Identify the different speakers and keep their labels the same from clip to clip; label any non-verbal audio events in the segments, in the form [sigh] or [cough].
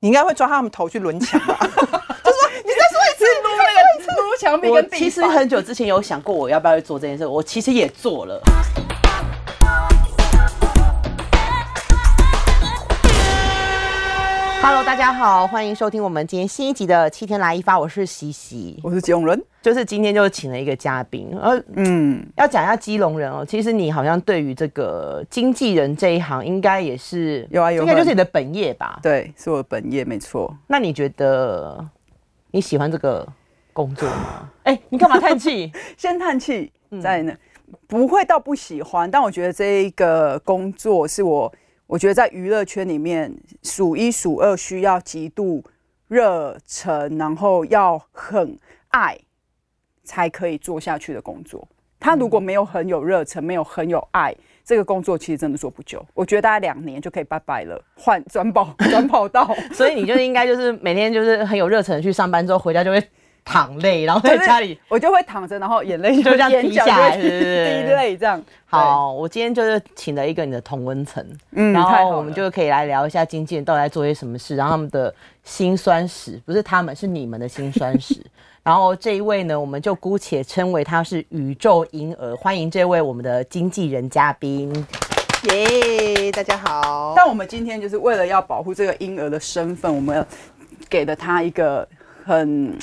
Speaker 1: 你应该会抓他们头去抡墙
Speaker 2: [laughs]
Speaker 1: 吧？
Speaker 2: 你再说一次，撸那个撸墙壁
Speaker 3: 我
Speaker 2: 跟
Speaker 3: 其
Speaker 2: 壁
Speaker 3: 实
Speaker 2: 板
Speaker 3: 很久之前有想过我要不要去做这件事，我其实也做了。
Speaker 4: Hello，大家好，欢迎收听我们今天新一集的《七天来一发》，我是西西。
Speaker 1: 我是吉永伦，
Speaker 4: 就是今天就请了一个嘉宾，呃，
Speaker 1: 嗯，
Speaker 4: 要讲一下基隆人哦。其实你好像对于这个经纪人这一行，应该也是
Speaker 1: 有啊爱有
Speaker 4: 应
Speaker 1: 恨
Speaker 4: 该就是你的本业吧？
Speaker 1: 对，是我的本业没错。
Speaker 4: 那你觉得你喜欢这个工作吗？哎、你干嘛叹气？
Speaker 1: 先叹气，
Speaker 4: 嗯
Speaker 1: 在那、不会到不喜欢，但我觉得这一个工作是我，我觉得在娱乐圈里面数一数二，需要极度热忱，然后要很爱才可以做下去的工作。他如果没有很有热忱，没有很有爱，这个工作其实真的做不久。我觉得大概两年就可以拜拜了，换转 [laughs] 跑转跑道。
Speaker 4: 所以你就应该就是每天就是很有热忱地去上班，之后回家就会躺累，然后在
Speaker 1: 就是
Speaker 4: 家里。
Speaker 1: 我就会躺着，然后眼泪
Speaker 4: 就这样
Speaker 1: 眼
Speaker 4: 滴
Speaker 1: 角
Speaker 4: 下来
Speaker 1: 就会
Speaker 4: 对对对
Speaker 1: 滴泪这样。
Speaker 4: 好，我今天就是请了一个你的同温层，
Speaker 1: 嗯
Speaker 4: 然
Speaker 1: 太
Speaker 4: 后
Speaker 1: 好
Speaker 4: 我们
Speaker 1: 了
Speaker 4: 就可以来聊一下经纪人到底在做些什么事，然后他们的辛酸史，不是他们，是你们的辛酸史。然后这一位呢，我们就姑且称为他是宇宙婴儿，欢迎这位我们的经纪人嘉宾。
Speaker 3: 耶，大家好。
Speaker 1: 但我们今天就是为了要保护这个婴儿的身份，我们给了他一个很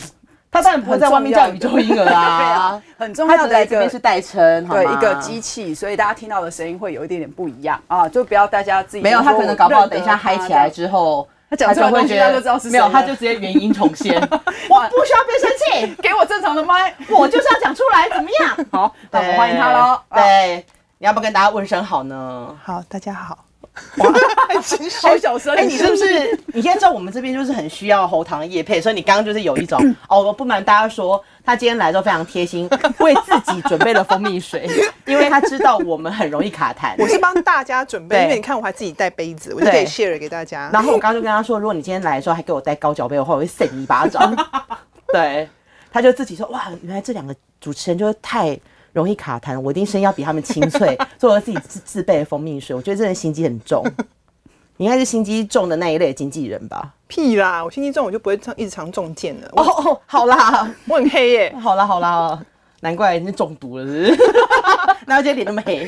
Speaker 3: 他当然不会在外面叫宇宙婴儿
Speaker 1: [laughs]
Speaker 3: 啊，
Speaker 1: 很重
Speaker 3: 他
Speaker 1: 要
Speaker 3: 只
Speaker 1: 的
Speaker 3: 来
Speaker 1: 一
Speaker 3: 这边
Speaker 1: 个
Speaker 3: 是代称，好
Speaker 1: 对
Speaker 3: 吗
Speaker 1: 一个机器，所以大家听到的声音会有一点点不一样啊，就不要大家自己
Speaker 3: 没有，他可能搞不好
Speaker 1: 认得
Speaker 3: 等一下
Speaker 1: 他
Speaker 3: 嗨起来
Speaker 1: 这样
Speaker 3: 之后，
Speaker 1: 他讲出来东西大家就知道是谁
Speaker 3: 没有，
Speaker 1: 了
Speaker 3: 他就直接原音重
Speaker 1: [laughs]
Speaker 3: 现。我不需要被生
Speaker 1: 给我正常的麦。
Speaker 3: 气，我就是要讲出来，怎么样？
Speaker 1: 好，那我们
Speaker 3: 对
Speaker 1: 欢迎他喽。啊，
Speaker 3: 对，你要不要跟大家问声好呢？
Speaker 5: 好，大家好。
Speaker 1: 啊
Speaker 3: [laughs]
Speaker 1: 好小声，
Speaker 3: 哎、你是不是？你现在知道我们这边就是很需要喉糖的叶配，所以你刚刚就是有
Speaker 1: [laughs]
Speaker 3: 一种哦，我不瞒大家说，他今天来的时候非常贴心，为自己准备了蜂蜜水，因为他知道我们很容易
Speaker 1: [laughs]
Speaker 3: 卡痰。
Speaker 5: 我是帮大家准备，
Speaker 3: 对
Speaker 5: 因为你看我还自己带杯子，我就可
Speaker 3: 对
Speaker 5: 以 share 给大家。
Speaker 3: 然后我刚刚就跟他说，如果你今天来的时候还给我带高脚杯的话，我会扇你一巴掌。 [laughs] 对，他就自己说，哇，原来这两个主持人就是太容易卡痰，我一定声音要比他们清 [laughs] 脆，做了自己自自备的蜂蜜水。我觉得真的心机很重，你应该是心机重的那一类的经纪人吧？
Speaker 5: 屁啦，我心机重，我就不会常一直常中箭了。
Speaker 3: 哦
Speaker 5: 我
Speaker 3: 哦，好啦。
Speaker 5: 我很黑
Speaker 3: [laughs]
Speaker 5: 耶，
Speaker 3: 好啦好啦，难怪你中毒了是不是，然后今天 [laughs] 脸那么黑，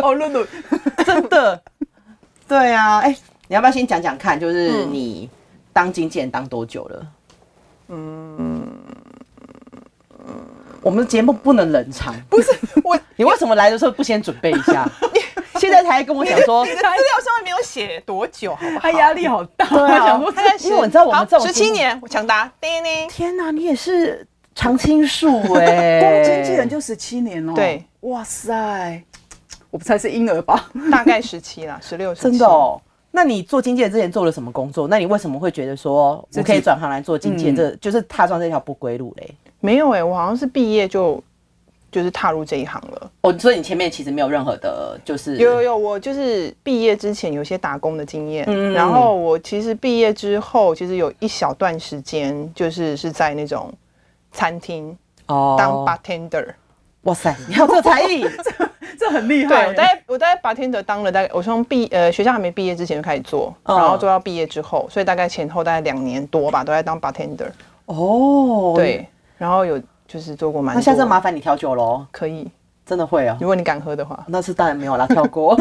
Speaker 1: 哦，露露，
Speaker 3: [laughs] 真的。对啊，哎、你要不要先讲讲看，就是你当经纪人当多久了？嗯，我们的节目不能冷场，
Speaker 5: 不是我，
Speaker 3: 你为什么来的时候不先准备一 [laughs] 下？现在才跟我讲说
Speaker 5: 你，的资料上面没有写多久，好不好？
Speaker 1: 他压力好大，
Speaker 3: 对
Speaker 1: 他想
Speaker 3: 啊
Speaker 1: 说，
Speaker 3: 哎因为我知道我们这种
Speaker 5: 十七，年，我抢答，叮叮，
Speaker 3: 天哪、你也是常青树 [laughs] 哎、
Speaker 1: 光经纪人就十七年哦。
Speaker 5: 对，
Speaker 1: 哇塞，我不猜是婴儿吧？ [laughs]
Speaker 5: 大概十七啦，十六，
Speaker 3: 真的哦。那你做经纪人之前做了什么工作？那你为什么会觉得说我可以转行来做经纪人？这、就是踏上这条不归路嘞。
Speaker 5: 没有哎，我好像是毕业就就是踏入这一行了。
Speaker 3: 哦，所以你前面其实没有任何的，就是
Speaker 5: 有有有，我就是毕业之前有些打工的经验，
Speaker 3: 嗯
Speaker 5: 然后我其实毕业之后，其实有一小段时间就是是在那种餐厅
Speaker 3: 哦
Speaker 5: 当 bartender，、
Speaker 3: 哇塞，你还有这个才艺， [laughs]
Speaker 1: 这很厉
Speaker 5: 对
Speaker 1: 害。
Speaker 5: 我在我在 bartender 当了大概我从毕呃学校还没毕业之前就开始做，
Speaker 3: 嗯
Speaker 5: 然后做到毕业之后，所以大概前后大概两年多吧，都在当 bartender，
Speaker 3: 哦，
Speaker 5: 对，然后有就是做过蛮
Speaker 3: 那
Speaker 5: 多，
Speaker 3: 下次麻烦你调酒喽，
Speaker 5: 可以，
Speaker 3: 真的会哦。
Speaker 5: 如果你敢喝的话，
Speaker 3: 那是当然没有啦，跳
Speaker 5: [laughs]
Speaker 3: 过。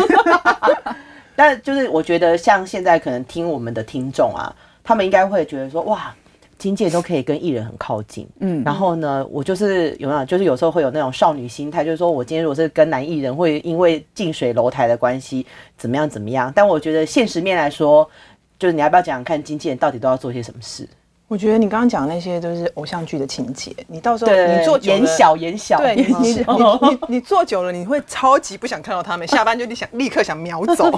Speaker 3: 但就是我觉得，像现在可能听我们的听众啊，他们应该会觉得说，哇，经纪人都可以跟艺人很靠近，嗯，然后呢，我就是有那种，就是有时候会有那种少女心态，就是说我今天如果是跟男艺人，会因为近水楼台的关系，怎么样怎么样。但我觉得现实面来说，就是你要不要讲讲看，经纪人到底都要做些什么事？
Speaker 5: 我觉得你刚刚讲的那些都是偶像剧的情节，你到时候
Speaker 3: 对
Speaker 5: 你做久了
Speaker 3: 眼小眼小，
Speaker 5: 对你
Speaker 3: 眼
Speaker 5: 你
Speaker 3: [laughs] 小
Speaker 5: 你你你坐久了，你会超级不想看到他们，下班就立想立刻想秒
Speaker 3: [laughs] 啊
Speaker 5: 走。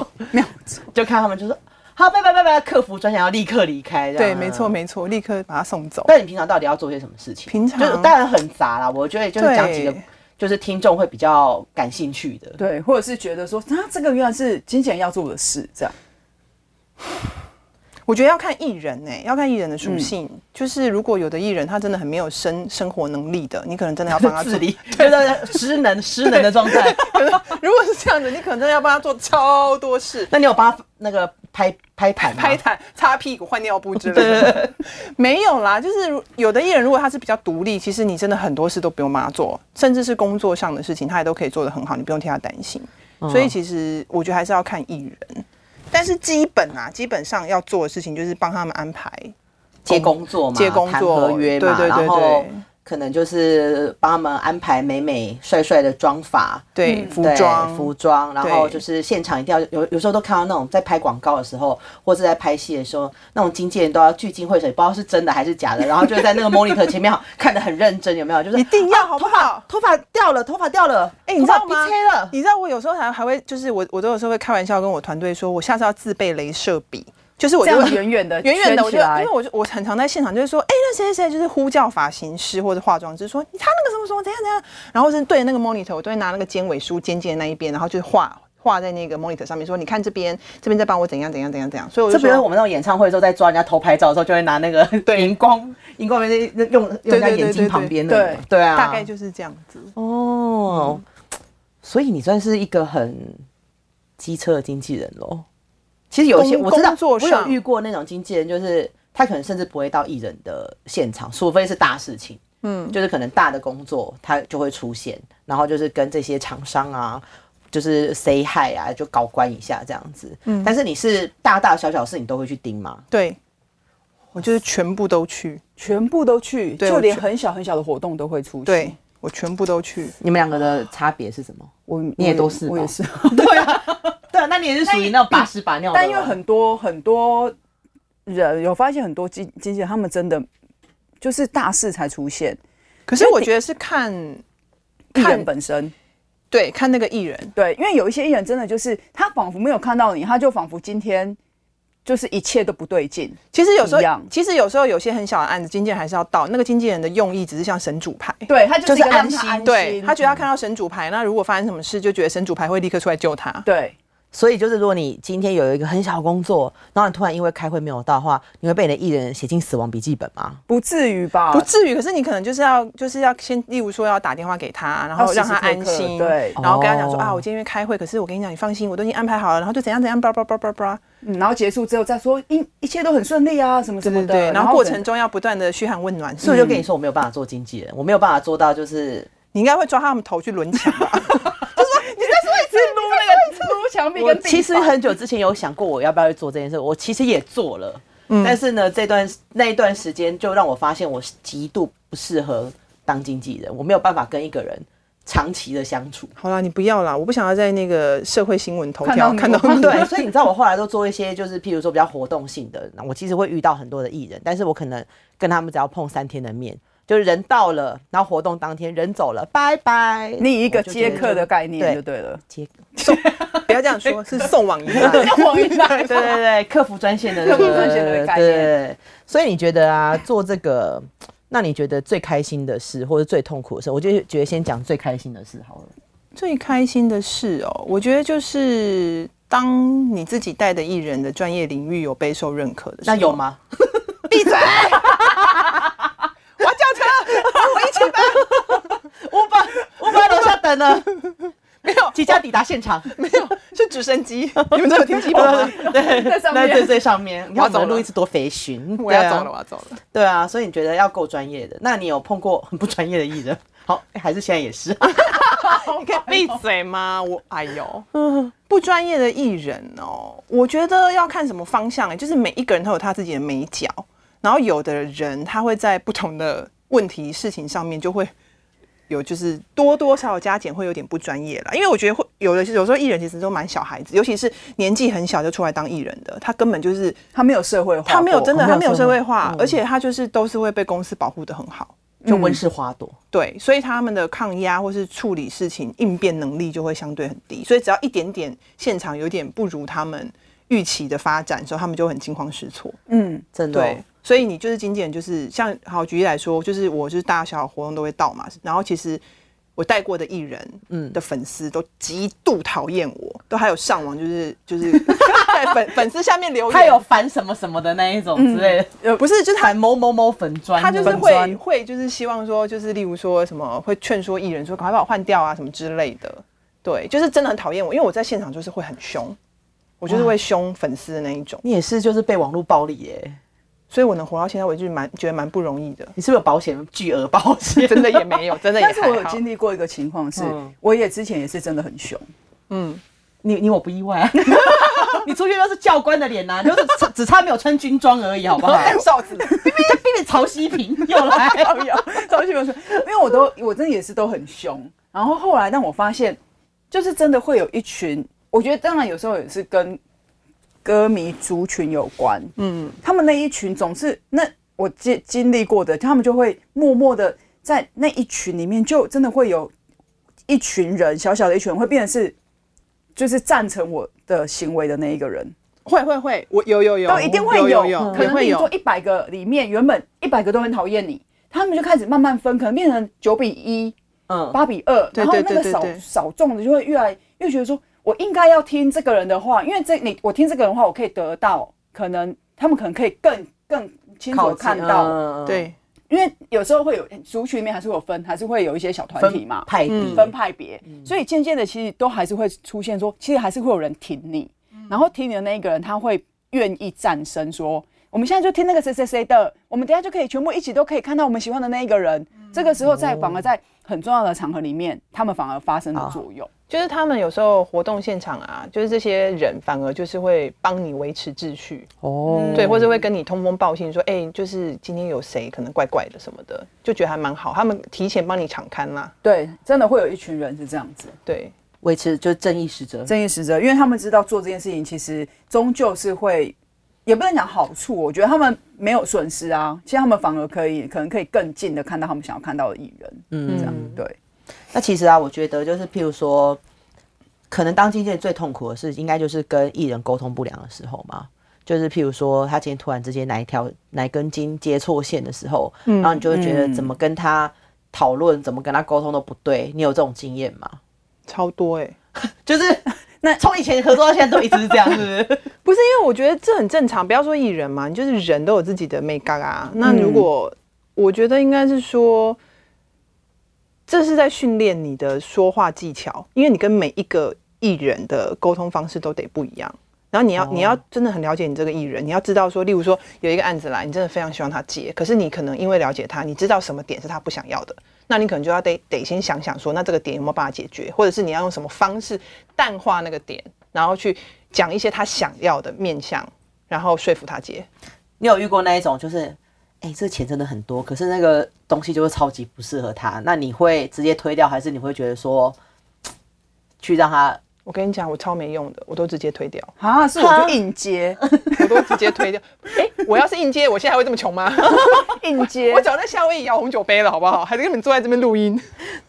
Speaker 3: 就看他们就说，好，拜拜拜拜，客服专享要立刻离开，这
Speaker 5: [laughs] 对，
Speaker 3: 样
Speaker 5: 没错没错，立刻把他送走。
Speaker 3: 那你平常到底要做些什么事情？
Speaker 5: 平常
Speaker 3: 就是当然很杂啦，我觉得就是讲几个
Speaker 5: 对，
Speaker 3: 就是听众会比较感兴趣的。
Speaker 1: 对，或者是觉得说，那、这个原来是经纪人要做的事，这样。
Speaker 5: 我觉得要看艺人呢、要看艺人的
Speaker 3: 嗯
Speaker 5: 属性。就是如果有的艺人他真的很没有生生活能力的，你可能真的要帮他
Speaker 3: [laughs]
Speaker 5: 做
Speaker 3: 自。
Speaker 5: [laughs]
Speaker 3: 理，就是失能失能的状态。
Speaker 5: 如果是这样子，你可能真的要帮他做超多事。
Speaker 3: 那你有帮他那个
Speaker 6: 拍拍盘吗
Speaker 5: 拍痰、擦屁股、换尿布之类的， [laughs] 没有啦。就是如有的艺人，如果他是比较独立，其实你真的很多事都不用帮他做，甚至是工作上的事情，他也都可以做得很好，你不用替他担心。
Speaker 3: 嗯
Speaker 5: 所以其实我觉得还是要看艺人，但是基本啊，基本上要做的事情就是帮他们安排。
Speaker 3: 接工作嘛，
Speaker 5: 接工
Speaker 3: 谈
Speaker 5: 作
Speaker 3: 合约嘛，
Speaker 5: 对对对
Speaker 3: 然后
Speaker 5: 对
Speaker 3: 可能就是帮他们安排美美帅帅的妆法。嗯
Speaker 5: 对，服
Speaker 3: 对
Speaker 5: 装、
Speaker 3: 服装，然后
Speaker 5: 对
Speaker 3: 就是现场一定要有，有时候都看到那种在拍广告的时候，或者在拍戏的时候，那种经纪人都要聚精会神，不知道是真的还是假的，然后就在那个 monitor 前面好看得很认真，有没有？就是
Speaker 5: 一定要
Speaker 3: 啊
Speaker 5: 好不好
Speaker 3: 头发头发掉了，头发掉了，
Speaker 5: 哎、你知道吗
Speaker 3: 头发被切了？
Speaker 5: 你知道我有时候还还会，就是我我都有时候会开玩笑跟我团队说，我下次要自备镭射笔，就是我
Speaker 1: 这
Speaker 5: 就
Speaker 1: 样
Speaker 5: 会
Speaker 1: 远远的
Speaker 5: 远远的，
Speaker 1: 圈
Speaker 5: 我
Speaker 1: 起
Speaker 5: 就因
Speaker 1: 来
Speaker 5: 为我就我很常在现场就是说，哎、那谁谁谁就是呼叫发型师或者化妆师说你他那个什么什么怎样怎样，然后是对着那个 monitor，我都会拿那个尖尾梳尖尖的那一边，然后就画画在那个 monitor 上面说，你看这边这边在帮我怎样怎样怎样怎样，所以我
Speaker 3: 这
Speaker 5: 就
Speaker 3: 不是我
Speaker 5: 说。
Speaker 3: 们那种演唱会的时候在抓人家偷拍照的时候，就会拿那个荧光荧光笔那用用人家眼睛旁边的，
Speaker 1: 对
Speaker 3: 对啊，
Speaker 5: 大概就是这样子，
Speaker 3: 哦，
Speaker 6: 嗯
Speaker 3: 所以你算是一个很机车的经纪人喽。其实有一些
Speaker 5: 工
Speaker 3: 我知道
Speaker 5: 工，作
Speaker 3: 我有
Speaker 5: 上
Speaker 3: 遇过那种经纪人，就是他可能甚至不会到艺人的现场，除非是大事情，嗯，就是可能大的工作他就会出现，然后就是跟这些厂商啊，就是 say hi 啊，就搞关一下这样子。嗯，但是你是大大小小事你都会去盯吗？
Speaker 5: 对我就是全部都去，
Speaker 1: 全部都去，
Speaker 5: 对
Speaker 1: 就
Speaker 5: 我
Speaker 1: 连
Speaker 5: 觉
Speaker 1: 很小很小的活动都会出席。
Speaker 5: 对我全部都去。
Speaker 6: 你们两个的差别是什么？
Speaker 1: 我你
Speaker 6: 你也都是
Speaker 1: 我
Speaker 6: 吧
Speaker 1: 也
Speaker 5: [laughs]
Speaker 1: 是。
Speaker 6: 对，啊那你也是属于那种把屎把尿的
Speaker 1: 但因为很多很多人有发现，很多经经纪人他们真的就是大事才出现，
Speaker 5: 可是我觉得是看
Speaker 1: 艺
Speaker 5: 看
Speaker 1: 人本身
Speaker 5: 对看那个艺人，
Speaker 1: 对，因为有一些艺人真的就是他仿佛没有看到你，他就仿佛今天就是一切都不对劲。
Speaker 5: 其实有时候
Speaker 1: 一样，
Speaker 5: 其实有时候有些很小的案子，经纪人还是要到。那个经纪人的用意只是像神主牌，
Speaker 1: 对他就是是一个让
Speaker 5: 安
Speaker 1: 他安心，
Speaker 5: 对他觉得他看到神主牌，那如果发生什么事，就觉得神主牌会立刻出来救他。
Speaker 1: 嗯对
Speaker 6: 所以就是，如果你今天有一个很小的工作，然后你突然因为开会没有到的话，你会被你的艺人写进死亡笔记本吗？
Speaker 1: 不至于吧？
Speaker 5: 不至于，可是你可能就是要，就是要先，例如说要打电话给他，然后
Speaker 1: 要时
Speaker 5: 让
Speaker 1: 时
Speaker 5: 他安
Speaker 1: 刻刻
Speaker 5: 心，
Speaker 1: 对
Speaker 5: 然后跟他讲说、
Speaker 6: 哦
Speaker 5: 啊，我今天因为开会，可是我跟你讲，你放心，我都已经安排好了，然后就怎样怎样，叭叭叭叭叭，
Speaker 1: 嗯然后结束之后再说，一一切都很顺利啊，什么什
Speaker 5: 对
Speaker 1: 么
Speaker 5: 对
Speaker 1: 的。
Speaker 5: 对，然后过程
Speaker 1: 中
Speaker 5: 中要不断的嘘寒问暖，
Speaker 3: 所
Speaker 5: 所
Speaker 3: 以
Speaker 5: 以
Speaker 3: 我
Speaker 5: 就
Speaker 3: 就跟你说，我没有办法做经纪人，我没有办法做到就是
Speaker 5: 你应该会抓他们头去轮墙啊吧？
Speaker 1: 哎
Speaker 7: 是撸那个撸墙壁
Speaker 3: 我
Speaker 7: 跟地
Speaker 3: 其实
Speaker 7: 板
Speaker 3: 很久之前有想过我要不要去做这件事，我其实也做了，
Speaker 6: 嗯
Speaker 3: 但是呢，这段那一段时间就让我发现我极度不适合当经纪人，我没有办法跟一个人长期的相处。
Speaker 5: [laughs] 好啦，你不要啦，我不想要在那个社会新闻头条
Speaker 1: 看
Speaker 5: 看到
Speaker 1: 到
Speaker 6: [laughs]
Speaker 5: 你。
Speaker 6: 对
Speaker 3: 对，所以你知道我后来都做一些，就是譬如说比较活动性的，那我其实会遇到很多的艺人，但是我可能跟他们只要碰三天的面，就是人到了，然后活动当天人走了，拜拜。
Speaker 1: 你以一个
Speaker 3: 我就觉
Speaker 1: 接
Speaker 3: 得
Speaker 1: 客的概念
Speaker 3: 对
Speaker 1: 就对了。
Speaker 6: 接
Speaker 5: 不要这样说，是送往迎来。
Speaker 1: 黄云来 [laughs]
Speaker 3: 对对对，客服专线的
Speaker 1: 客服专线的概念
Speaker 3: 对对对
Speaker 6: 所以你觉得啊，做这个，那你觉得最开心的事，或者最痛苦的事？我就觉得先讲最开心的事好了。
Speaker 5: 最开心的事哦，我觉得就是当你自己带的艺人的专业领域有备受认可的时
Speaker 3: 那
Speaker 5: 候，
Speaker 3: 有吗？
Speaker 6: 我在楼下等
Speaker 3: [laughs]
Speaker 6: 了，
Speaker 5: 没有？
Speaker 6: 即将抵达现场。
Speaker 5: [laughs] 没有，是直升机。 [laughs] 你们都有听
Speaker 3: [laughs]
Speaker 5: 机报吗？
Speaker 1: 在上
Speaker 3: 那
Speaker 1: 面
Speaker 3: 在最上面，你看我
Speaker 5: 走
Speaker 3: 们的路
Speaker 5: 了
Speaker 3: 一直多肥寻，
Speaker 5: [laughs] 我要
Speaker 3: 对啊
Speaker 5: 走了，我要走了。
Speaker 3: 对啊，所以你觉得要够专业的，那你有碰过很不专业的艺
Speaker 5: [laughs]
Speaker 3: 人？好，哎还是现在也是， [laughs]
Speaker 5: 你可以闭嘴吗？我哎呦，不专业的艺人哦，我觉得要看什么方向哎、就是每一个人他有他自己的美角，然后有的人他会在不同的问题事情上面就会。有就是多多少少加减会有点不专业啦，因为我觉得会有的有时候艺人其实都蛮小孩子，尤其是年纪很小就出来当艺人的，他根本就是
Speaker 1: 他没有社会化过，
Speaker 5: 他没有真
Speaker 6: 没有
Speaker 5: 的哦他没有
Speaker 6: 社
Speaker 5: 社
Speaker 6: 会
Speaker 5: 会化，嗯而且他就是都是会被公司保护的很好，
Speaker 3: 就温室花朵。
Speaker 5: 嗯对，所以他们的抗压或是处理事情应变能力就会相对很低，所以只要一点点现场有点不如他们预期的发展的时候，他们就很惊慌失措。
Speaker 1: 嗯，
Speaker 6: 真的哦、
Speaker 5: 对，所以你就是经纪人，就是像好举例来说，就是我就是大小活动都会到嘛，然后其实我带过的艺人，嗯的粉丝都极度讨厌我，都还有上网就是就是 [laughs] 在粉粉丝下面留言，
Speaker 3: 他有烦什么什么的那一种之类的，
Speaker 5: 呃不是就是他
Speaker 3: 烦某某某粉砖，
Speaker 5: 他就是
Speaker 3: 粉
Speaker 5: 会
Speaker 3: 砖
Speaker 5: 会就是希望说，就是例如说什么会劝说艺人说赶快把我换掉啊什么之类的。对，就是真的很讨厌我，因为我在现场就是会很凶，我就是会凶粉丝的那一种，
Speaker 8: 你也是就是被网络暴力耶、。
Speaker 5: 所以我能活到现在，我就蛮觉得蛮不容易的
Speaker 8: 你是不是有保险巨额保险？
Speaker 5: 真的也
Speaker 3: [laughs]
Speaker 5: 没有，真的也
Speaker 1: 但是我
Speaker 5: 还
Speaker 1: 有
Speaker 5: 好。
Speaker 1: 经历过一个情况是
Speaker 8: 嗯，
Speaker 1: 我也之前也是真的很凶，
Speaker 5: 嗯，
Speaker 8: 你你我不意外、啊，
Speaker 3: [laughs] 你出去都是教官的脸呐、你就是只只差没有穿军装而已，好
Speaker 1: [laughs]
Speaker 3: 不
Speaker 5: [laughs]
Speaker 3: 好？
Speaker 5: 哨子，
Speaker 3: 避免曹希平又来，
Speaker 1: 造谣，造谣说，因为我都我真的也是都很凶。然后后来，但我发现，就是真的会有一群，我觉得当然有时候也是跟歌迷族群有关，嗯，他们那一群总是那我经经历过的，他们就会默默的在那一群里面，就真的会有一群人，小小的一群人会变成是。就是赞成我的行为的那一个人，
Speaker 5: 会会会，我有有有，
Speaker 1: 都一定会
Speaker 5: 有，
Speaker 1: 有，
Speaker 5: 有
Speaker 1: 可
Speaker 5: 也
Speaker 1: 能
Speaker 5: 会
Speaker 1: 你
Speaker 5: 有
Speaker 1: 做。一百个里面，原本一百个都很讨厌你，他们就开始慢慢分，可能变成九比一、
Speaker 8: 嗯，
Speaker 1: 八比二，然后
Speaker 5: 对
Speaker 1: 那个
Speaker 5: 对
Speaker 1: 少
Speaker 5: 对
Speaker 1: 少中的就会越来越觉得说，我应该要听这个人的话，因为这你我听这个人的话，我可以得到，可能他们可能可以更更清楚地看到，
Speaker 8: 嗯，
Speaker 5: 对，
Speaker 1: 因为有时候会有族群里面还是会有分，还是会有一些小团体
Speaker 8: 分
Speaker 1: 嘛，
Speaker 8: 派
Speaker 5: 嗯
Speaker 8: 地
Speaker 1: 分派别，所以渐渐的其实都还是会出现说，其实还是会有人挺你，然后挺你的那一个人他会愿意站身说，我们现在就听那个谁谁谁的，我们等一下就可以全部一起都可以看到我们喜欢的那一个人。这个时候在反而在很重要的场合里面，他们反而发生了作用。
Speaker 5: 就是他们有时候活动现场啊，就是这些人反而就是会帮你维持秩序，
Speaker 3: 哦，
Speaker 5: 对，或者会跟你通风报信说，哎、就是今天有谁可能怪怪的什么的，就觉得还蛮好，他们提前帮你敞开啦，
Speaker 1: 对，真的会有一群人是这样子，
Speaker 5: 对，
Speaker 8: 维持就是正义使者，
Speaker 1: 正义使者，因为他们知道做这件事情其实终究是会。也不能讲好处，我觉得他们没有损失啊，其实他们反而可以，可能可以更近的看到他们想要看到的艺人，嗯，这样对。
Speaker 8: 那其实啊，我觉得就是譬如说，可能当经纪人最痛苦的事，应该就是跟艺人沟通不良的时候嘛。就是譬如说，他今天突然之间哪一条哪一根筋接错线的时候，然后你就会觉得怎么跟他讨论、怎么跟他沟通都不对。你有这种经验吗？
Speaker 5: 超多哎、
Speaker 8: 就是那从以前合作到现在都一直是这样，是不是？
Speaker 5: 不是因为我觉得这很正常，不要说艺人嘛，你就是人都有自己的美嘎啊。
Speaker 1: 嗯
Speaker 5: 那如果、我觉得应该是说，这是在训练你的说话技巧，因为你跟每一个艺人的沟通方式都得不一样。然后你要、你要真的很了解你这个艺人，你要知道说，例如说有一个案子来，你真的非常希望他接，可是你可能因为了解他，你知道什么点是他不想要的，那你可能就要得得先想想说，那这个点有没有办法解决，或者是你要用什么方式淡化那个点，然后去讲一些他想要的面向，然后说服他接。
Speaker 8: 你有遇过那一种，就是哎、这钱真的很多，可是那个东西就是超级不适合他，那你会直接推掉，还是你会觉得说去让他
Speaker 5: 我跟你讲，我超没用的，我都直接推掉，
Speaker 1: 啊，是我就硬 [laughs] 接，
Speaker 5: 我都直接推掉。哎、我要是硬接，我现在还会这么穷吗？
Speaker 1: 硬接
Speaker 5: 我。早在夏威夷摇红酒杯了，好不好？还是跟你们坐在这边录音。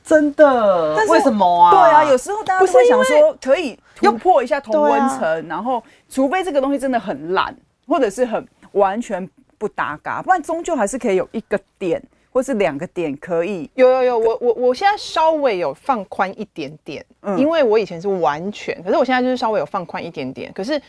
Speaker 8: 真的？
Speaker 1: 但是
Speaker 8: 为什么啊？
Speaker 1: 对啊，有时候大家都会想说，可以突破一下同温层，
Speaker 5: 对啊
Speaker 1: 然后除非这个东西真的很烂，或者是很完全不搭嘎，不然终究还是可以有一个点或是两个点可以。
Speaker 5: 有有有，我我我现在稍微有放宽一点点，
Speaker 1: 嗯
Speaker 5: 因为我以前是完全，可是我现在就是稍微有放宽一点点，可是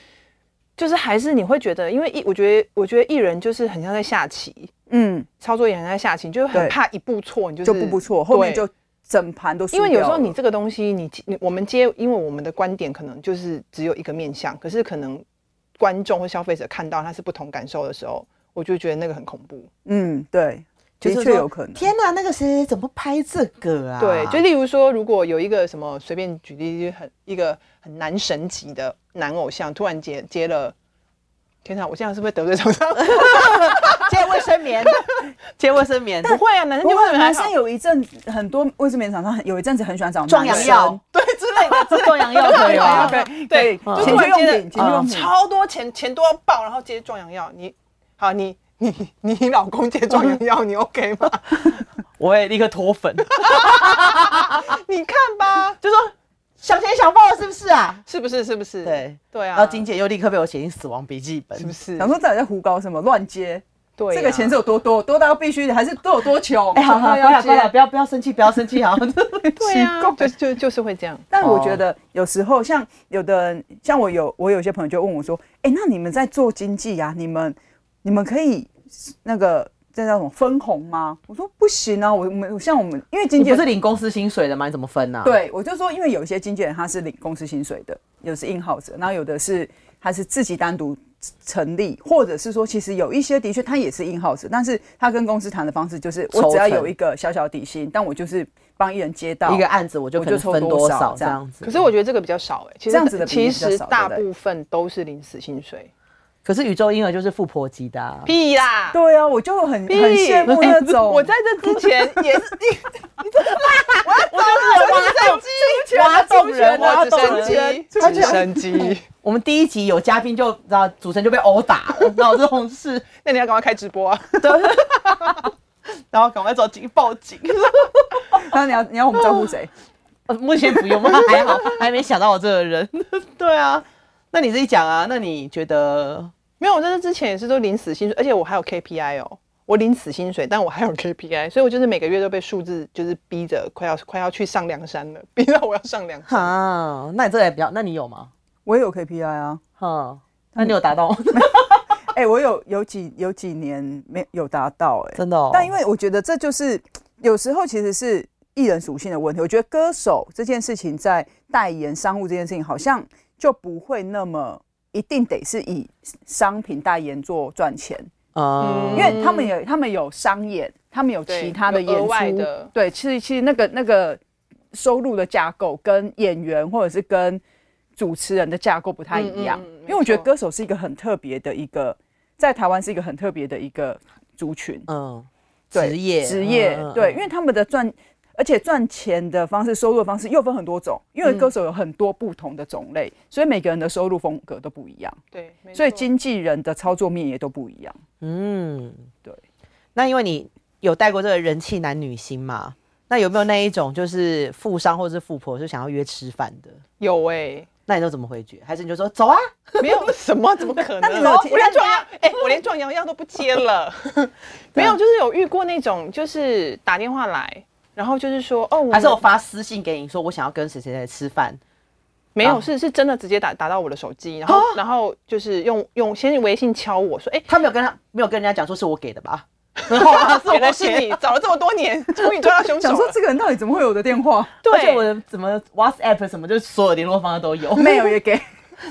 Speaker 5: 就是还是你会觉得，因为艺，我觉得我觉得艺人就是很像在下棋，
Speaker 1: 嗯，
Speaker 5: 操作也很像在下棋，你就是很
Speaker 1: 对
Speaker 5: 怕一步错，你就是
Speaker 1: 就步步错，后面
Speaker 5: 对
Speaker 1: 就整盘都输
Speaker 5: 因为有时候你
Speaker 1: 掉了
Speaker 5: 这个东西你，你我们接，因为我们的观点可能就是只有一个面向，可是可能观众或消费者看到他是不同感受的时候，我就觉得那个很恐怖。
Speaker 1: 嗯，对，
Speaker 8: 就
Speaker 1: 的
Speaker 8: 是说
Speaker 1: 确有可能。
Speaker 8: 天哪、那个谁怎么拍这个啊？
Speaker 5: 对，就例如说，如果有一个什么随便举例，就是很一个很男神级的男偶像，突然接接了，天哪，我这样是不是得罪厂商？
Speaker 8: 借卫生棉，借卫生棉，
Speaker 5: 不会啊，男
Speaker 1: [laughs]
Speaker 5: 生
Speaker 1: 不
Speaker 5: 就
Speaker 1: 过
Speaker 5: 会
Speaker 1: 男
Speaker 5: 还
Speaker 1: 生
Speaker 5: 好。
Speaker 1: 有一阵很多卫生棉厂商很有一阵子很喜欢找
Speaker 8: 壮阳药，
Speaker 5: [laughs] 对之类的，
Speaker 8: 壮
Speaker 5: [laughs]
Speaker 8: 阳药可以吗？
Speaker 5: 啊
Speaker 1: 对对，
Speaker 5: 就
Speaker 1: 情
Speaker 5: 突
Speaker 1: 趣
Speaker 5: 然
Speaker 1: 用
Speaker 5: 接了
Speaker 1: 品，情趣用
Speaker 5: 嗯
Speaker 1: 品，
Speaker 5: 超多钱，钱多到爆，然后接壮阳药，你好，你你你你老公接壮阳药，你 OK 吗？ [laughs]
Speaker 3: 我会立刻
Speaker 8: [laughs]
Speaker 3: 脱粉，
Speaker 5: 你看吧，
Speaker 8: 就说想钱想爆了，是不是啊？
Speaker 5: 是不是？是不是？
Speaker 8: 对
Speaker 5: 对啊，
Speaker 8: 然后金姐又立刻被我写进死亡笔记本，
Speaker 5: 是不是
Speaker 1: 想？说到底在胡搞什么乱接。
Speaker 5: 对啊，
Speaker 1: 这个钱是有多多，多到必须的，还是都有多穷？
Speaker 8: 哎，好好，
Speaker 1: 都
Speaker 8: 不要
Speaker 1: 要
Speaker 8: 啦不要啦
Speaker 1: 接。
Speaker 8: 不要不要生气，不要生气，好。
Speaker 5: 对啊，就就就是会这样。
Speaker 1: 但我觉得有时候像有的人，像我有我有些朋友就问我说：“哎，那你们在做经济啊？你们你们可以那个这叫什么分红吗？我说不行啊，我我们像我们因为经
Speaker 3: 你
Speaker 1: 纪
Speaker 3: 不
Speaker 1: 人
Speaker 3: 是领公司薪水的吗？你怎么分呢、啊？，
Speaker 1: 对，我就说，因为有一些经纪人他是领公司薪水的，有是 in house，的然后有的是他是自己单独成立，或者是说，其实有一些的确他也是 in house，但是他跟公司谈的方式就是，我
Speaker 3: 抽
Speaker 1: 只要
Speaker 3: 成
Speaker 1: 有一个小小底薪，但我就是帮艺人接到
Speaker 3: 一个案子我就
Speaker 1: 我
Speaker 3: 可
Speaker 1: 就
Speaker 3: 能
Speaker 1: 抽
Speaker 3: 分
Speaker 1: 多
Speaker 3: 多
Speaker 1: 少
Speaker 3: 少
Speaker 1: 这
Speaker 3: 这
Speaker 1: 样
Speaker 3: 样子。
Speaker 5: 可是我觉得这个比较少哎、其实
Speaker 1: 这样子的比例
Speaker 5: 其
Speaker 1: 比较
Speaker 5: 实
Speaker 1: 少
Speaker 5: 大
Speaker 1: 对不对
Speaker 5: 部分都是领死薪水，
Speaker 3: 可是宇宙婴儿就是富婆级的、啊，
Speaker 5: 屁啦！
Speaker 1: 对啊，我就很很
Speaker 5: 屁
Speaker 1: 羡慕那
Speaker 5: 哎
Speaker 1: 种。
Speaker 5: 我在这之前也是，你
Speaker 1: [laughs] 啊
Speaker 5: 你真的，我啊要走了，
Speaker 3: 我要
Speaker 5: 我在
Speaker 3: 动人
Speaker 5: 机，我要直升机，直升机。
Speaker 3: 我们第一集有嘉宾就知道主持人就被殴打，然后我这同事
Speaker 5: [laughs]
Speaker 3: [laughs]
Speaker 5: 那你要赶快开直播啊！ [laughs] 然后赶快找警报警。
Speaker 1: 那你要你要我们照顾谁？
Speaker 5: [laughs]
Speaker 3: 呃目前不用，还好还没想到我这个人。 [laughs]
Speaker 5: 对啊，
Speaker 3: 那你自己讲啊，那你觉得
Speaker 5: 没有，我在这之前也是都领死薪水，而且我还有 KPI 哦，我领死薪水，但我还有 KPI，所以我就是每个月都被数字就是逼着快要快要去上梁山了，逼到我要上梁山。
Speaker 3: 啊？那你这个也比较，那你有吗？
Speaker 1: 我也有 KPI 啊，
Speaker 3: 哈，那你有达到？
Speaker 1: 哎、我有有几有几年没有达到哎、
Speaker 3: [laughs] 真的哦。
Speaker 1: 但因为我觉得这就是有时候其实是艺人属性的问题。我觉得歌手这件事情在代言商务这件事情，好像就不会那么一定得是以商品代言做赚钱，
Speaker 3: 嗯
Speaker 1: 因为他们有他们有商演，他们有
Speaker 5: 对
Speaker 1: 其他的
Speaker 5: 有
Speaker 1: 演
Speaker 5: 额
Speaker 1: 出，
Speaker 5: 外的
Speaker 1: 对，其实其实那个那个收入的架构跟演员或者是跟主持人的架构不太一样，
Speaker 5: 嗯嗯嗯没
Speaker 1: 因为我觉得
Speaker 5: 错
Speaker 1: 歌手是一个很特别的一个，在台湾是一个很特别的一个族群，
Speaker 3: 嗯，
Speaker 1: 对
Speaker 3: 职业
Speaker 1: 职业，
Speaker 3: 嗯嗯
Speaker 1: 对，
Speaker 3: 嗯
Speaker 1: 因为他们的赚，而且赚钱的方式、收入的方式又分很多种，因
Speaker 3: 嗯
Speaker 1: 为歌手有很多不同的种类，所以每个人的收入风格都不一样，
Speaker 5: 对，没错
Speaker 1: 所以经纪人的操作面也都不一样。
Speaker 3: 嗯，
Speaker 1: 对。
Speaker 3: 那因为你有带过这个人气男女星嘛，那有没有那一种就是富商或是富婆是想要约吃饭的？
Speaker 5: 有哎、
Speaker 3: 那你都怎么回绝？还是你就说走啊？
Speaker 5: [laughs] 没有什么，怎么可能？
Speaker 1: 那你们有听
Speaker 5: 我连壮阳，哎、我连壮阳药都不接了。没有，就是有遇过那种，就是打电话来，然后就是说，哦，我
Speaker 3: 还是我
Speaker 5: 们
Speaker 3: 发私信给你说我想要跟谁谁谁吃饭？
Speaker 5: 没有，是是真的直接打打到我的手机，然后、然后就是用用先微信敲我说，哎、
Speaker 3: 他没有跟他没有跟人家讲说是我给的吧？
Speaker 5: [laughs]
Speaker 3: 然后他说
Speaker 5: 原来
Speaker 3: 我
Speaker 5: 是
Speaker 3: 给
Speaker 5: 你，找了这么多年，终于抓到凶手
Speaker 1: 想
Speaker 5: 了。
Speaker 1: 说这个人到底怎么会有我的电
Speaker 3: [laughs]
Speaker 1: 话？
Speaker 5: 对，
Speaker 3: 而且我的怎么 WhatsApp 什么，就是所有联络方式都有。
Speaker 1: 没有也
Speaker 3: [laughs]
Speaker 1: 给，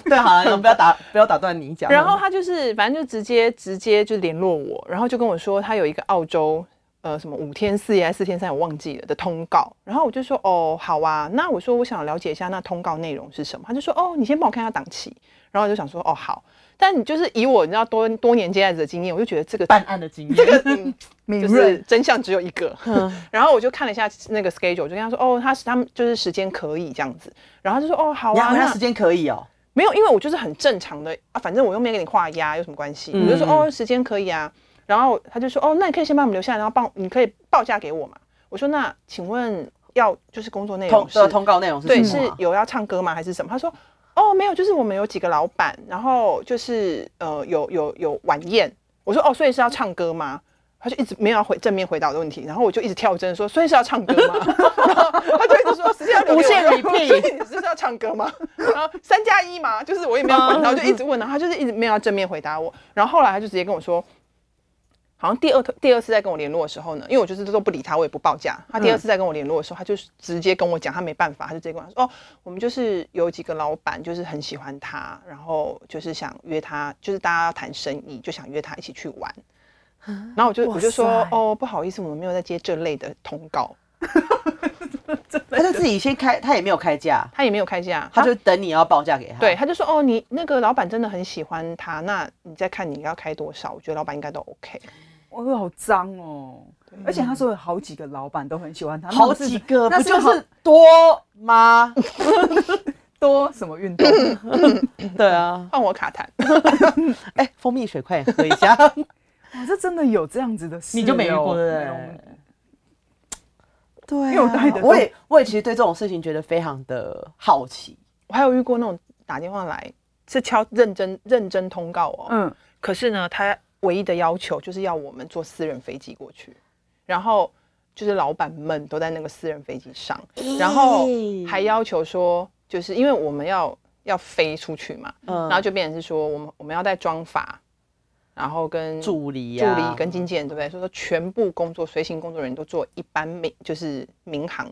Speaker 3: 对，好了，你们不要打，不要打断你讲。
Speaker 5: 然后他就是反正就直接直接就联络我，然后就跟我说他有一个澳洲呃什么五天四夜还是四天三夜我忘记了的通告，然后我就说哦好啊，那我说我想了解一下那通告内容是什么，他就说哦你先帮我看一下档期，然后我就想说哦好，但你就是以我你知道多多年接案子的经验，我就觉得这个
Speaker 3: 办案的经验，
Speaker 5: 这个嗯
Speaker 1: 敏
Speaker 5: 就是
Speaker 1: 锐，
Speaker 5: 真相只有一个。
Speaker 3: 嗯
Speaker 5: [laughs] 然后我就看了一下那个 schedule，就跟他说哦他是他们就是时间可以这样子，然后他就说哦好
Speaker 3: 你要
Speaker 5: 啊，
Speaker 3: 回
Speaker 5: 那
Speaker 3: 他时间可以哦。
Speaker 5: 没有，因为我就是很正常的啊，反正我又没给你画押，有什么关系？
Speaker 3: 嗯
Speaker 5: 我就说哦，时间可以啊。然后他就说哦，那你可以先把我们留下来，然后报你可以报价给我嘛。我说那请问要就是工作内
Speaker 3: 通
Speaker 5: 容是
Speaker 3: 的通告内容是
Speaker 5: 对
Speaker 3: 什
Speaker 5: 是
Speaker 3: 么啊
Speaker 5: 有要唱歌吗还是什么？他说哦没有，就是我们有几个老板，然后就是呃有有有晚宴。我说哦，所以是要唱歌吗？他就一直没有要回正面回答我的问题，然后我就一直跳针说，所以是要唱歌吗？ [laughs] 然后他就一直说，时间要留给我
Speaker 3: 无限
Speaker 5: 然后
Speaker 3: repeat
Speaker 5: 所以你是要唱歌吗？然后三加一嘛，就是我也没有
Speaker 3: 嗯
Speaker 5: 管他，我就一直问，然后他就是一直没有要正面回答我，然后后来他就直接跟我说。好像第二第二次在跟我联络的时候呢，因为我就是都不理他，我也不报价。他第二次在跟我联络的时候，他就直接跟我讲，他没办法，他就直接跟我说：“哦，我们就是有几个老板就是很喜欢他，然后就是想约他，就是大家要谈生意，就想约他一起去玩。”
Speaker 3: 啊
Speaker 5: 然后我就我就说：“哦，不好意思，我们没有在接这类的通告。
Speaker 3: 他就自己先开，他也没有开价”，
Speaker 5: 他也没有开价，
Speaker 3: 他就等你要报价给他。
Speaker 5: 对，他就说哦，你那个老板真的很喜欢他，那你再看你要开多少，我觉得老板应该都 OK。
Speaker 1: 我说好脏哦。而且他说有好几个老板都很喜欢他，
Speaker 3: 好
Speaker 1: 那不是
Speaker 3: 几个，
Speaker 1: 那
Speaker 3: 不就
Speaker 1: 好
Speaker 3: 是多吗？
Speaker 1: 多什么运
Speaker 3: [laughs]
Speaker 1: 动？
Speaker 3: 对啊，
Speaker 5: 换我卡痰，
Speaker 3: [laughs] 哎，蜂蜜水快点喝一下，
Speaker 1: 哇，这真的有这样子的事哦，
Speaker 3: 你就没遇过对不
Speaker 1: 没有
Speaker 3: 对？对
Speaker 5: [laughs]
Speaker 3: 啊，
Speaker 1: 因为我带的都
Speaker 3: 我也我也其实对这种事情觉得非常的好奇，
Speaker 5: 我还有遇过那种打电话来是敲认真认真通告哦，
Speaker 1: 嗯，
Speaker 5: 可是呢，他唯一的要求就是要我们坐私人飞机过去，然后就是老板们都在那个私人飞机上，然后还要求说，就是因为我们要要飞出去嘛，
Speaker 3: 嗯
Speaker 5: 然后就变成是说我们我们要带妆发，然后跟
Speaker 9: 助理
Speaker 5: 助
Speaker 3: 啊
Speaker 9: 呀、
Speaker 5: 理跟经纪人，对不对？所以说全部工作随行工作人员都做一般民就是民航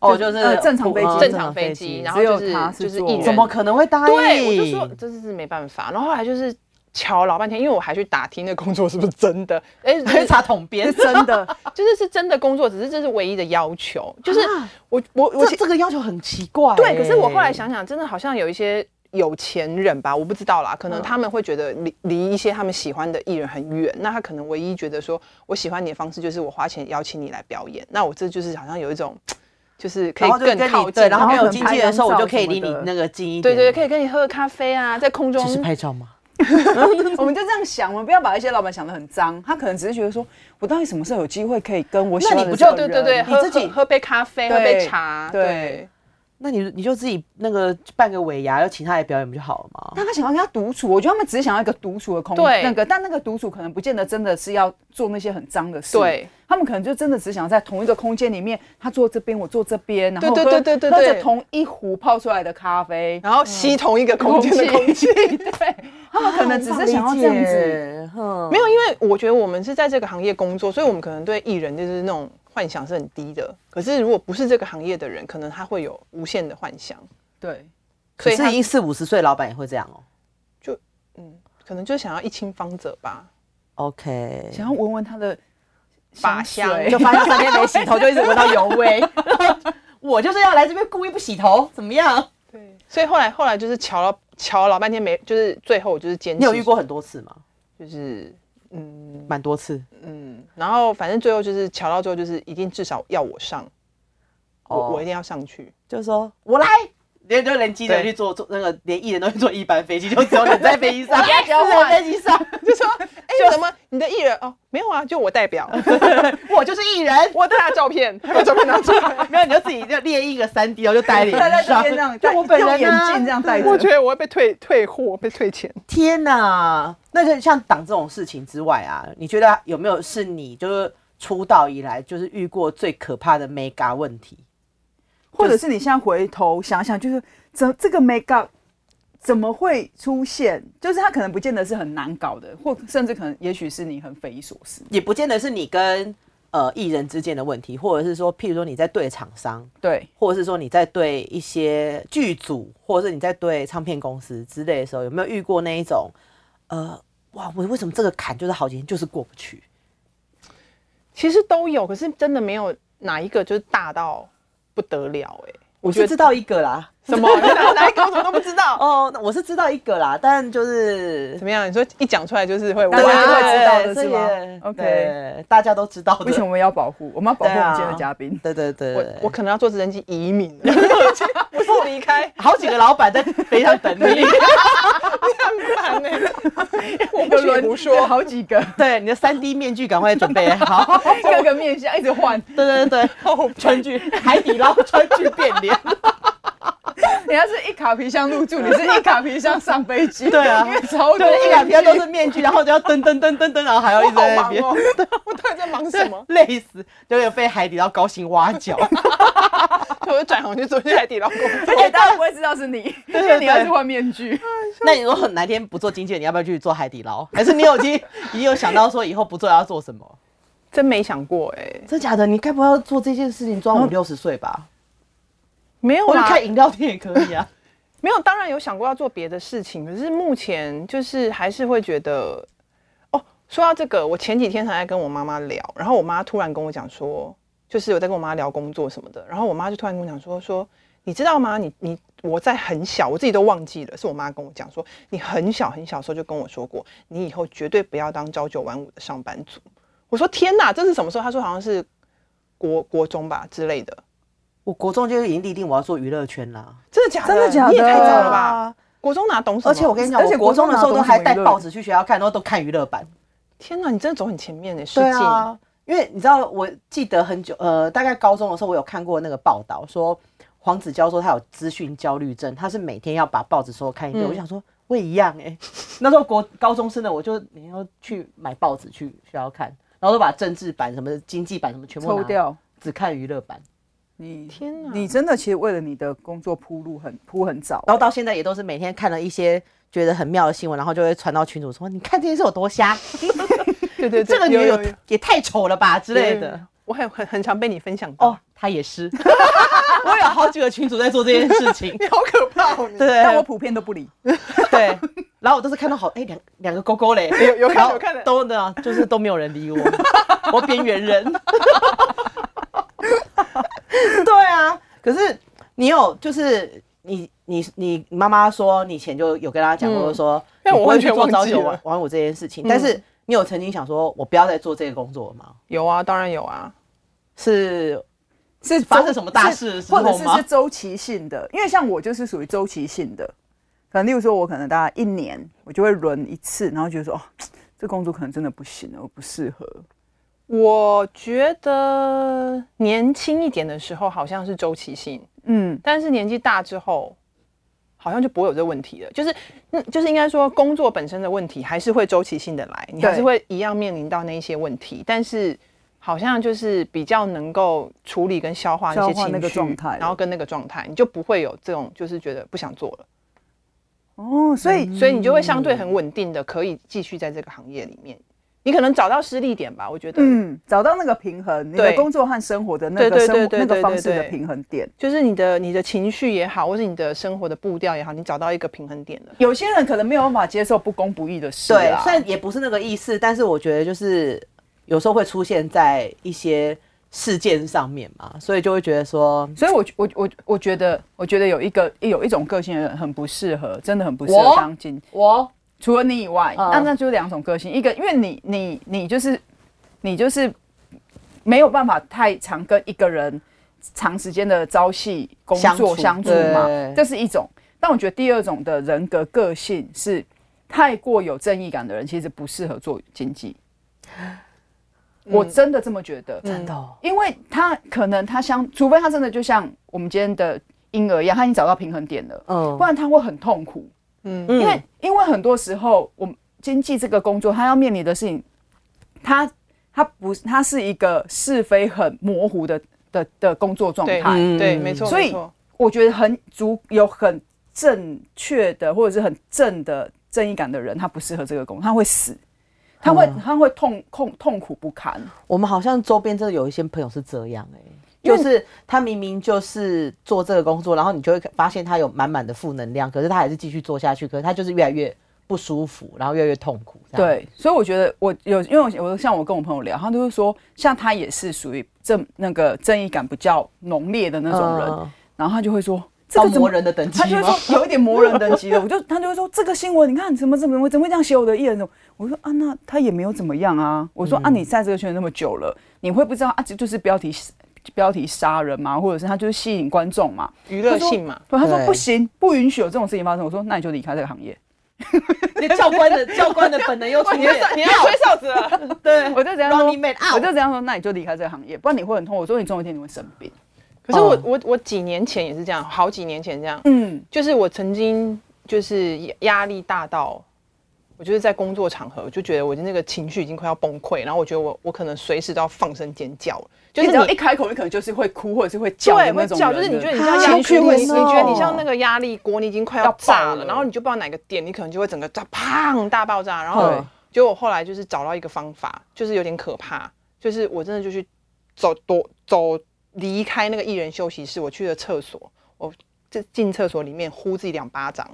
Speaker 3: 哦，就是
Speaker 1: 呃正常飞机
Speaker 3: 嗯
Speaker 5: 正常飞机，然后就
Speaker 1: 只有他
Speaker 5: 是
Speaker 1: 是
Speaker 5: 就是
Speaker 1: 做
Speaker 5: 艺人
Speaker 3: 怎么可能会答应？
Speaker 5: 对，我就说这是没办法。然后后来就是瞧老半天，因为我还去打听那工作是不是真的，哎、
Speaker 9: 还有查桶
Speaker 3: [laughs]
Speaker 9: 边，真的
Speaker 5: 就是是真的工作，只是这是唯一的要求。就是我我我
Speaker 3: 啊这这个要求很奇怪欸。
Speaker 5: 对，可是我后来想想，真的好像有一些有钱人吧，我不知道啦，
Speaker 3: 嗯
Speaker 5: 可能他们会觉得离离一些他们喜欢的艺人很远，那他可能唯一觉得说我喜欢你的方式就是我花钱邀请你来表演，那我这就是好像有一种就是
Speaker 3: 然
Speaker 5: 可以
Speaker 3: 后就
Speaker 5: 更
Speaker 3: 跟
Speaker 5: 靠
Speaker 3: 你
Speaker 5: 近，
Speaker 3: 对，然后
Speaker 1: 然
Speaker 3: 跟
Speaker 1: 后
Speaker 3: 有经纪人的时候，我就可以离
Speaker 1: 可
Speaker 3: 你
Speaker 1: 能拍张照什么的
Speaker 3: 那个近一点。
Speaker 5: 对对，可以跟你喝个咖啡啊，在空中
Speaker 9: 只是拍照吗？
Speaker 1: [laughs] 我们就这样想，我们不要把一些老板想得很脏，他可能只是觉得说，我到底什么时候有机会可以跟我喜欢
Speaker 5: 那
Speaker 1: 的
Speaker 5: 你不就
Speaker 1: 这
Speaker 5: 对
Speaker 1: 个
Speaker 5: 对对，
Speaker 1: 人
Speaker 5: 喝
Speaker 3: 你自己
Speaker 5: 喝喝杯咖啡，喝
Speaker 1: 对
Speaker 5: 杯茶，
Speaker 1: 对
Speaker 5: 对，
Speaker 9: 那你你就自己那个办个尾牙，要请他来表演不就好了吗？
Speaker 1: 但他想要跟他独处，我觉得他们只是想要一个独处的空
Speaker 5: 对
Speaker 1: 那个，但那个独处可能不见得真的是要做那些很脏的事。
Speaker 5: 对，
Speaker 1: 他们可能就真的只想在同一个空间里面，他坐这边，我坐这边，然后喝
Speaker 5: 对对对对对
Speaker 1: 喝着
Speaker 5: 对
Speaker 1: 同一壶泡出来的咖啡，
Speaker 5: 然后吸同一个嗯空间的空气，对。
Speaker 1: 他们可能只是想要这样子。
Speaker 5: 哦
Speaker 9: 子，哼
Speaker 5: 没有， [laughs] 因为我觉得我们是在这个行业工作，所以我们可能对艺人就是那种幻想是很低的。可是如果不是这个行业的人，可能他会有无限的幻想，
Speaker 1: 对，
Speaker 5: 所
Speaker 3: 可
Speaker 5: 以他
Speaker 3: 是，一四五十岁老板也会这样哦。
Speaker 5: 嗯，可能就想要一清方泽吧。
Speaker 9: OK，
Speaker 1: 想要闻闻他的
Speaker 5: 法
Speaker 1: 水
Speaker 5: 香
Speaker 9: 就发现三天没洗 [laughs] 头，就一直闻到油味。我就是要来这边故意不洗头，怎么样？
Speaker 5: 对，所以后来后来就是瞧了瞧了老半天没，就是最后我就是坚持。
Speaker 3: 你有遇过很多次吗？
Speaker 5: 就是嗯
Speaker 9: 蛮多次，
Speaker 5: 嗯，然后反正最后就是瞧到最后就是一定至少要我上，
Speaker 9: 哦
Speaker 5: 我我一定要上去。
Speaker 9: 就是说
Speaker 3: 我来，连就连机人
Speaker 5: 对
Speaker 3: 去坐坐那个，连艺人都去坐一班飞机，就只有你在飞机
Speaker 9: [laughs]
Speaker 3: 上，啊
Speaker 1: 也
Speaker 3: [laughs]
Speaker 1: 想换
Speaker 3: 在飞机上，
Speaker 5: 就说哎、怎么你的艺人哦没有啊，就我代表， [laughs]
Speaker 3: 我就是艺人。 [laughs]
Speaker 5: 我的大照 [laughs] 片，把照片拿出来。
Speaker 3: 没有，你就自己就列一个三 D，然后就戴
Speaker 1: [laughs]
Speaker 3: 脸
Speaker 1: 戴在这
Speaker 3: 上。
Speaker 1: 边这样，
Speaker 9: 就
Speaker 1: 戴
Speaker 9: 我本人啊
Speaker 1: 用眼镜这样戴着，
Speaker 5: [laughs] 我觉得我会被退退货，被退钱。
Speaker 3: 天哪！那就像挡这种事情之外啊，你觉得有没有是你就是出道以来就是遇过最可怕的 mega 问题？
Speaker 1: 或者是你现在回头想想，就是怎这个 make up 怎么会出现？就是它可能不见得是很难搞的，或甚至可能也许是你很匪夷所思。
Speaker 3: 也不见得是你跟呃艺人之间的问题，或者是说，譬如说你在对厂商，
Speaker 1: 对，
Speaker 3: 或者是说你在对一些剧组，或者是你在对唱片公司之类的时候，有没有遇过那一种，呃，哇，我为什么这个坎就是好几天就是过不去？
Speaker 5: 其实都有，可是真的没有哪一个就是大到不得了哎、
Speaker 3: 我
Speaker 5: 我
Speaker 3: 是
Speaker 5: 觉
Speaker 3: 知
Speaker 5: 得
Speaker 3: 道一个啦，
Speaker 5: 什么 [laughs] 哪哪一个我怎么都不知道。
Speaker 3: 哦，那我是知道一个啦，但就是
Speaker 5: 怎么样？你说一讲出来就是会
Speaker 1: 大家都会知道的
Speaker 3: 对
Speaker 1: 是吗
Speaker 3: 所以
Speaker 1: OK
Speaker 3: 对大家都知道的。
Speaker 1: 为什么我们要保护？我们要保护我
Speaker 3: 对啊
Speaker 1: 们今天的嘉
Speaker 3: [laughs]
Speaker 1: 宾。
Speaker 3: 对对对，
Speaker 5: 我我可能要坐直升机移 [laughs] 民，我是离 [laughs] 开，
Speaker 3: 好几个老板在非常等你，
Speaker 5: 很烦呢、我不许胡
Speaker 1: 有
Speaker 5: 说。
Speaker 1: 好几
Speaker 3: [laughs]
Speaker 1: 个，
Speaker 3: [laughs] 对你的三 D 面具赶快准备好。
Speaker 1: 各个面相一直换，
Speaker 3: [laughs] 对对对，川剧海底捞川剧变 [laughs] 脸，
Speaker 1: 人家是一卡皮箱入住，你是一卡皮箱上飞机，
Speaker 3: 对啊
Speaker 1: 因为超多
Speaker 3: 对，一两
Speaker 1: 面
Speaker 3: 天
Speaker 1: 具
Speaker 3: 都是 [laughs] 面具，然后就要噔噔噔噔噔，然后还要一直在那边，
Speaker 5: 哦 [laughs] 我到底在忙什
Speaker 3: [laughs] 对
Speaker 5: 么？
Speaker 3: 累死，就有被海底捞高薪挖角。
Speaker 5: 所以我就转行去做海底捞工
Speaker 1: 而
Speaker 3: 啊
Speaker 5: 作。
Speaker 1: 且大家不会知道是你，因为你要是换面具，
Speaker 3: [laughs] 那你如果哪天不做经纪人，你要不要去做海底捞？还是你有已经 [laughs] 已经有想到说以后不做要做什么？
Speaker 5: 真没想过哎、
Speaker 3: 真假的？你该不会要做这件事情做到五六十岁 [laughs] 吧？
Speaker 5: 没有
Speaker 3: 或者
Speaker 5: 啦，
Speaker 3: 开饮料店也可以啊。
Speaker 5: 没有。当然有想过要做别的事情，可是目前就是还是会觉得，哦，说到这个，我前几天还在跟我妈妈聊，然后我妈突然跟我讲说，就是我在跟我妈聊工作什么的，然后我妈就突然跟我讲说，说你知道吗？你你我在很小，我自己都忘记了，是我妈跟我讲说，你很小很小的时候就跟我说过，你以后绝对不要当朝九晚五的上班族。我说天哪，这是什么时候？她说好像是国国中吧之类的，
Speaker 3: 我国中就已经立定我要做娱乐圈啦，啊
Speaker 5: 真的假的？
Speaker 1: 真的假的
Speaker 5: 你也太早了吧？国中哪懂什么？
Speaker 3: 而且我跟你讲，
Speaker 1: 而且
Speaker 3: 我国中的时候都还带
Speaker 1: 国中哪懂什么娱乐
Speaker 3: 报纸去学校看，然后都看娱乐版。
Speaker 5: 天哪，你真的走很前面呢，失
Speaker 3: 对
Speaker 5: 敬。
Speaker 3: 啊，因为你知道，我记得很久，呃，大概高中的时候，我有看过那个报道，说黄子佼说他有资讯焦虑症，他是每天要把报纸所有看一遍。
Speaker 5: 嗯
Speaker 3: 我想说，我也一样哎、 [laughs] 那时候国高中生的，我就每天要去买报纸去学校看，然后都把政治版、什么经济版、什么全部拿
Speaker 1: 抽，掉。
Speaker 3: 只看娱乐版。
Speaker 1: 你
Speaker 5: 天哪
Speaker 1: 你真的其实为了你的工作铺路很铺很早，
Speaker 3: 然后到现在也都是每天看了一些觉得很妙的新闻，然后就会传到群主说：“你看这件事有多瞎，
Speaker 5: [laughs] 对对对，
Speaker 3: 这个女
Speaker 5: 有
Speaker 3: 人
Speaker 5: 有
Speaker 3: 有
Speaker 5: 有
Speaker 3: 也太丑了吧”之类的。，
Speaker 5: 我很很很常被你分享到
Speaker 3: 哦，，她也是， [laughs] 我有好几个群主在做这件事情。
Speaker 5: [laughs] 你好可怕哦，你
Speaker 3: 对，
Speaker 1: 但我普遍都不理。
Speaker 3: [laughs] 对，然后我都是看到好哎两两个勾勾嘞，
Speaker 5: [laughs] 有有看
Speaker 3: 然后
Speaker 5: 有看的
Speaker 3: 都呢，就是都没有人理我， [laughs] 我边缘
Speaker 5: [laughs]
Speaker 3: 人。对啊，可是你有就是你你你妈妈说你以前就有跟她讲过说，
Speaker 5: 嗯但
Speaker 3: 你
Speaker 5: 我
Speaker 3: 不会
Speaker 5: 完
Speaker 3: 去
Speaker 5: 全
Speaker 3: 做
Speaker 5: 忘
Speaker 3: 朝
Speaker 5: 记
Speaker 3: 九
Speaker 5: 了嗯
Speaker 3: 晚晚五这件事情，但是你有曾经想说我不要再做这个工作了吗？
Speaker 5: 有啊，当然有啊，
Speaker 3: 是
Speaker 1: 是
Speaker 3: 发
Speaker 1: 周
Speaker 3: 生什么大事的
Speaker 1: 是
Speaker 3: 时候
Speaker 1: 或者是
Speaker 3: 吗
Speaker 1: 是周期性的，因为像我就是属于周期性的，可能例如说，我可能大概一年我就会轮一次，然后觉得说，哦，这工作可能真的不行了，我不适合。
Speaker 5: 我觉得年轻一点的时候好像是周期性，
Speaker 1: 嗯，
Speaker 5: 但是年纪大之后，好像就不会有这问题了。就是，嗯，就是应该说工作本身的问题还是会周期性的来，你还
Speaker 1: 对
Speaker 5: 是会一样面临到那一些问题，但是好像就是比较能够处理跟消化那些
Speaker 1: 消化
Speaker 5: 情绪，
Speaker 1: 那个状态了
Speaker 5: 然后跟那个状态，你就不会有这种就是觉得不想做了，
Speaker 1: 哦，所以、
Speaker 5: 嗯所以你就会相对很稳定的可以继续在这个行业里面。你可能找到失力点吧，我觉得，
Speaker 1: 嗯，找到那个平衡，你的
Speaker 5: 对
Speaker 1: 工作和生活的那个
Speaker 5: 对对
Speaker 1: 生活
Speaker 5: 对对
Speaker 1: 那个
Speaker 5: 对
Speaker 1: 方
Speaker 5: 对
Speaker 1: 式的
Speaker 5: 对
Speaker 1: 平衡点。
Speaker 5: 就是你的你的情绪也好，或是你的生活的步调也好，你找到一个平衡点了。
Speaker 1: 有些人可能没有办法接受不公不义的事、
Speaker 3: 对
Speaker 1: 啊，，
Speaker 3: 虽然也不是那个意思，但是我觉得就是有时候会出现在一些事件上面嘛，所以就会觉得说，
Speaker 1: 所以我我我我觉得，我觉得有一个有一种个性的人很不适合，真的很不适合
Speaker 2: 我
Speaker 1: 当经
Speaker 2: 我
Speaker 1: 除了你以外，
Speaker 2: 嗯
Speaker 1: 那那就是两种个性，一个因为你你你就是你就是没有办法太常跟一个人长时间的朝夕工作相
Speaker 3: 相
Speaker 1: 处
Speaker 3: 处
Speaker 1: 嘛
Speaker 3: 对，
Speaker 1: 这是一种。但我觉得第二种的人格个性是太过有正义感的人，其实不适合做经济。我真的这么觉得，
Speaker 3: 真的哦
Speaker 1: 因为他可能他相，除非他真的就像我们今天的婴儿一样，他已经找到平衡点了，
Speaker 3: 嗯
Speaker 1: 不然他会很痛苦。
Speaker 5: 嗯
Speaker 1: 因为因为很多时候，我们经济这个工作，他要面临的事情，他他不他是一个是非很模糊的的的工作状
Speaker 5: 对嗯
Speaker 1: 态，
Speaker 5: 对，没错，
Speaker 1: 所以
Speaker 5: 没错
Speaker 1: 我觉得很足有很正确的或者是很正的正义感的人，他不适合这个工作，他会死，他会、
Speaker 5: 嗯
Speaker 1: 他会痛痛痛苦不堪。
Speaker 3: 我们好像周边真的有一些朋友是这样哎、就是他明明就是做这个工作，然后你就会发现他有满满的负能量，可是他还是继续做下去，可是他就是越来越不舒服，然后越来越痛苦。这样，
Speaker 1: 对，所以我觉得我有，因为我我像我跟我朋友聊，他就会说，像他也是属于正那个正义感比较浓烈的那种人，
Speaker 3: 嗯
Speaker 1: 然后他就会说。这
Speaker 3: 到
Speaker 1: 个怎么
Speaker 3: 魔人的等级
Speaker 1: 他就会
Speaker 3: 吗？
Speaker 1: 说有一点魔人等级了，我就他就会说这个新闻，你看怎么怎么我怎么会这样写我的艺人？我说啊，那他也没有怎么样啊。我说啊，你在这个圈子那么久了，你会不知道啊？这就是标题标题杀人嘛，或者是他就是吸引观众嘛，
Speaker 5: 娱乐性嘛。
Speaker 1: 他说。他说
Speaker 3: 对
Speaker 1: 不行，不允许有这种事情发生。我说那你就离开这个行业。
Speaker 3: 那教官的教官的本
Speaker 1: [laughs]
Speaker 3: 能又出现，
Speaker 5: [laughs] 你要吹哨子了，
Speaker 3: 对，
Speaker 1: 我就这样说，
Speaker 3: Running Man out
Speaker 1: 我就这样说，那你就离开这个行业，不然你会很痛。我说你总有一天你会生病。
Speaker 5: 可是我
Speaker 3: 哦
Speaker 5: 我我几年前也是这样，好几年前这样，
Speaker 1: 嗯，
Speaker 5: 就是我曾经就是压压力大到，我就是在工作场合，我就觉得我的那个情绪已经快要崩溃，然后我觉得我我可能随时都要放声尖叫了，就
Speaker 1: 你
Speaker 5: 是
Speaker 1: 只要一
Speaker 5: 你
Speaker 1: 开口，你可能就是会哭或者是会叫的
Speaker 5: 对
Speaker 1: 那
Speaker 5: 会
Speaker 1: 种
Speaker 5: 叫，
Speaker 1: 人
Speaker 5: 就是你觉得你
Speaker 1: 了
Speaker 5: 像
Speaker 3: 啊
Speaker 5: 压
Speaker 3: 好
Speaker 5: 力
Speaker 3: 可
Speaker 5: 会，你
Speaker 3: 怜哦
Speaker 5: 觉得你像那个压力锅，你已经快要
Speaker 1: 要爆
Speaker 5: 炸
Speaker 1: 了
Speaker 5: 了，然后你就不知道哪个点，你可能就会整个炸，砰大爆炸，然后
Speaker 3: 对
Speaker 5: 就我后来就是找到一个方法，就是有点可怕，就是我真的就去走躲走离开那个艺人休息室，我去了厕所，我就进厕所里面呼自己两巴掌。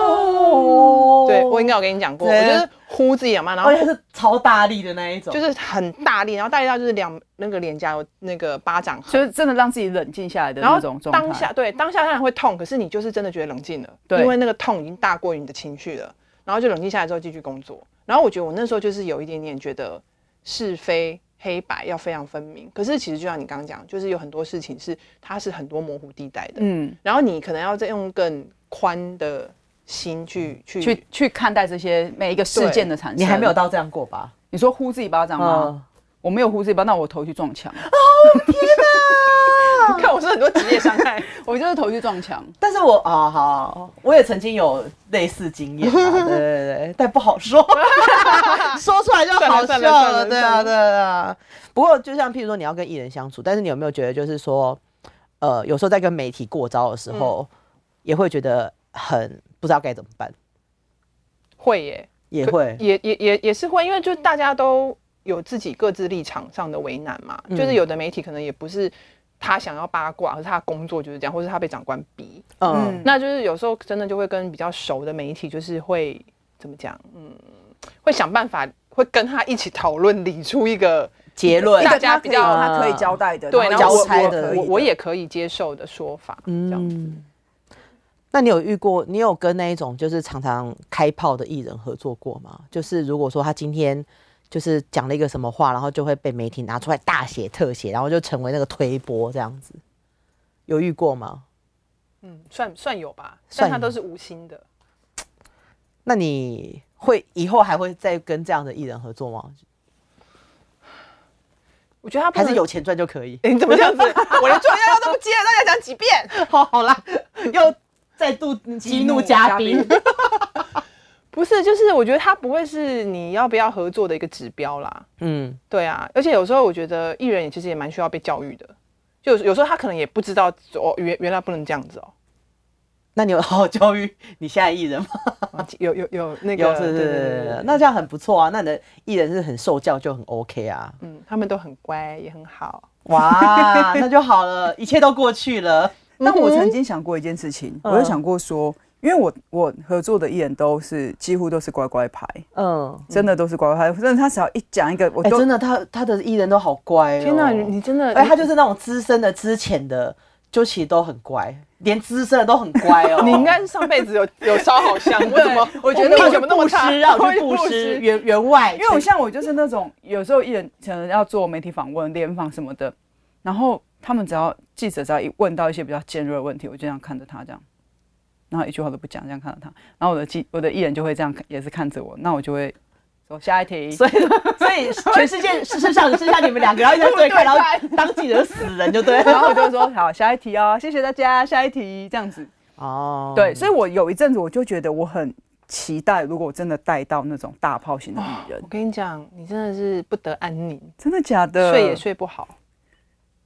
Speaker 3: 哦，
Speaker 5: 对我应该有跟你讲过，我
Speaker 3: 对哎
Speaker 5: 就是呼自己两巴掌，
Speaker 3: 而
Speaker 5: 然
Speaker 3: 且
Speaker 5: 后
Speaker 3: 是超大力的那一种，
Speaker 5: 就是很大力，然后大力到就是两那个脸颊有那个巴掌
Speaker 1: [laughs] 就
Speaker 5: 痕。
Speaker 1: 是真的让自己冷静下来的
Speaker 5: 然
Speaker 1: 那
Speaker 5: 后
Speaker 1: 种状态。
Speaker 5: 当下对当下当然会痛，可是你就是真的觉得冷静了，
Speaker 1: 对
Speaker 5: 因为那个痛已经大过于你的情绪了，然后就冷静下来之后继续工作。然后我觉得我那时候就是有一点点觉得是非黑白要非常分明，可是其实就像你刚刚讲，就是有很多事情是它是很多模糊地带的，
Speaker 1: 嗯。
Speaker 5: 然后你可能要再用更宽的心去去
Speaker 1: 去去看待这些每一个事件的产生。
Speaker 3: 你还没有，到这样过吧？
Speaker 1: 你说呼自己巴掌吗？
Speaker 3: 嗯，
Speaker 1: 我没有呼自己巴掌，我头去撞墙，
Speaker 5: 看我是很多职业伤害。
Speaker 1: 我就是头去撞墙。
Speaker 3: 但是我啊、好，我也曾经有类似经验、啊， [laughs] 对对对，但不好说， [laughs] 说出来就好笑
Speaker 5: 算了算了算
Speaker 3: 了，
Speaker 5: 了
Speaker 3: 对啊
Speaker 5: 算了
Speaker 3: 对啊。不过就像譬如说你要跟艺人相处，但是你有没有觉得就是说，呃，有时候嗯在跟媒体过招的时候，也会觉得很不知道该怎么办。
Speaker 5: [laughs] 会耶，
Speaker 8: 也会
Speaker 5: 也也也也是会，因为就是大家都有自己各自立场上的为难嘛，就是有的媒体可能也不是他想要八卦，可是他的工作就是这样，或是他被长官逼，
Speaker 8: 嗯
Speaker 5: 那就是有时候真的就会跟比较熟的媒体，就是会怎么讲，嗯，会想办法，会跟他一起讨论，理出一个
Speaker 8: 结论
Speaker 1: 一个
Speaker 5: 大家
Speaker 1: 他可
Speaker 5: 比
Speaker 1: 以
Speaker 5: 较
Speaker 1: 他可以交代的，
Speaker 5: 对，然
Speaker 1: 然后
Speaker 5: 后我
Speaker 1: 我
Speaker 3: 交差
Speaker 1: 我
Speaker 3: 的
Speaker 1: 可以
Speaker 5: 我我也可以接受的说法，这
Speaker 3: 嗯
Speaker 5: 样子。
Speaker 3: 那你有遇过，你有跟那一种就是常常开炮的艺人合作过吗？就是如果说他今天就是讲了一个什么话，然后就会被媒体拿出来大写特写，然后就成为那个推波这样子，有遇过吗？
Speaker 5: 嗯，算算有吧，
Speaker 3: 算
Speaker 5: 但他
Speaker 3: 有
Speaker 5: 都是无心的。
Speaker 3: 那你会以后还会再跟这样的艺人合作吗？
Speaker 5: 我觉得他不
Speaker 3: 还是
Speaker 5: 能 [laughs]
Speaker 3: 有钱赚就可以？
Speaker 5: 你怎么
Speaker 3: [laughs]
Speaker 5: 这样子？我连重要都不接，大家讲几遍？
Speaker 3: 好，好啦，又再度激怒嘉宾。
Speaker 5: 不是，就是我觉得他不会是你要不要合作的一个指标啦。
Speaker 3: 嗯，
Speaker 5: 对啊，而且有时候我觉得艺人也其实也蛮需要被教育的，就有有时候他可能也不知道哦，原原来不能这样子哦。
Speaker 3: 那你有好好教育你现在艺人吗？
Speaker 5: 啊有有有那
Speaker 3: 有
Speaker 5: 个，
Speaker 3: 是是
Speaker 5: 对对对
Speaker 3: 是
Speaker 5: 对
Speaker 3: 是，
Speaker 5: 对，
Speaker 3: 那这样很不错啊。那你的艺人是很受教就很 OK 啊。
Speaker 5: 嗯，他们都很乖，也很好。
Speaker 3: 哇，啊那就好了，一切都过去了。
Speaker 1: 但我曾经想过一件事情，我
Speaker 3: 嗯
Speaker 1: 有想过说，因为我我合作的艺人都是几乎都是乖乖牌，
Speaker 3: 嗯，
Speaker 1: 真的都是乖乖牌，真的他只要一讲一个，我
Speaker 3: 哎、
Speaker 1: 都
Speaker 3: 真的，他他的艺人都好乖、哦。
Speaker 5: 天哪，你你真的，
Speaker 3: 哎、他就是那种资深的、之前的，就其实都很乖，连资深的都很乖哦。
Speaker 5: [laughs] 你应该是上辈子有有烧好香，我怎么
Speaker 3: 我觉
Speaker 5: 命
Speaker 3: 得我去
Speaker 5: 怎么那
Speaker 3: 布
Speaker 5: 么
Speaker 3: 施
Speaker 5: 差？，
Speaker 3: 让我
Speaker 5: 我
Speaker 3: 去
Speaker 5: 也
Speaker 3: 布
Speaker 5: 不
Speaker 3: 施
Speaker 5: 施
Speaker 3: 员员外，
Speaker 1: 因为我像我就是那种有时候艺人可能要做媒体访问、联访什么的，然后他们只要记者只要一问到一些比较尖锐的问题，我就这样看着他这样，然后一句话都不讲，这样看着他，然后我的记我的艺人就会这样看也是看着我，那我就会说下一题，
Speaker 3: 所以，所以全世界世世上只剩下你们两个，然后一直在对看，然后当记者死人就对
Speaker 1: [laughs] 然
Speaker 3: 了。
Speaker 1: 后我就会说好下一题哦，谢谢大家，下一题这样子。
Speaker 3: 哦，
Speaker 5: 嗯
Speaker 1: 对，所以我有一阵子我就觉得我很期待，如果我真的带到那种大炮型的艺人
Speaker 5: 我，跟你讲，你真的是不得安宁，
Speaker 1: 真的假
Speaker 3: 呃
Speaker 1: 的？
Speaker 5: 睡也睡不好。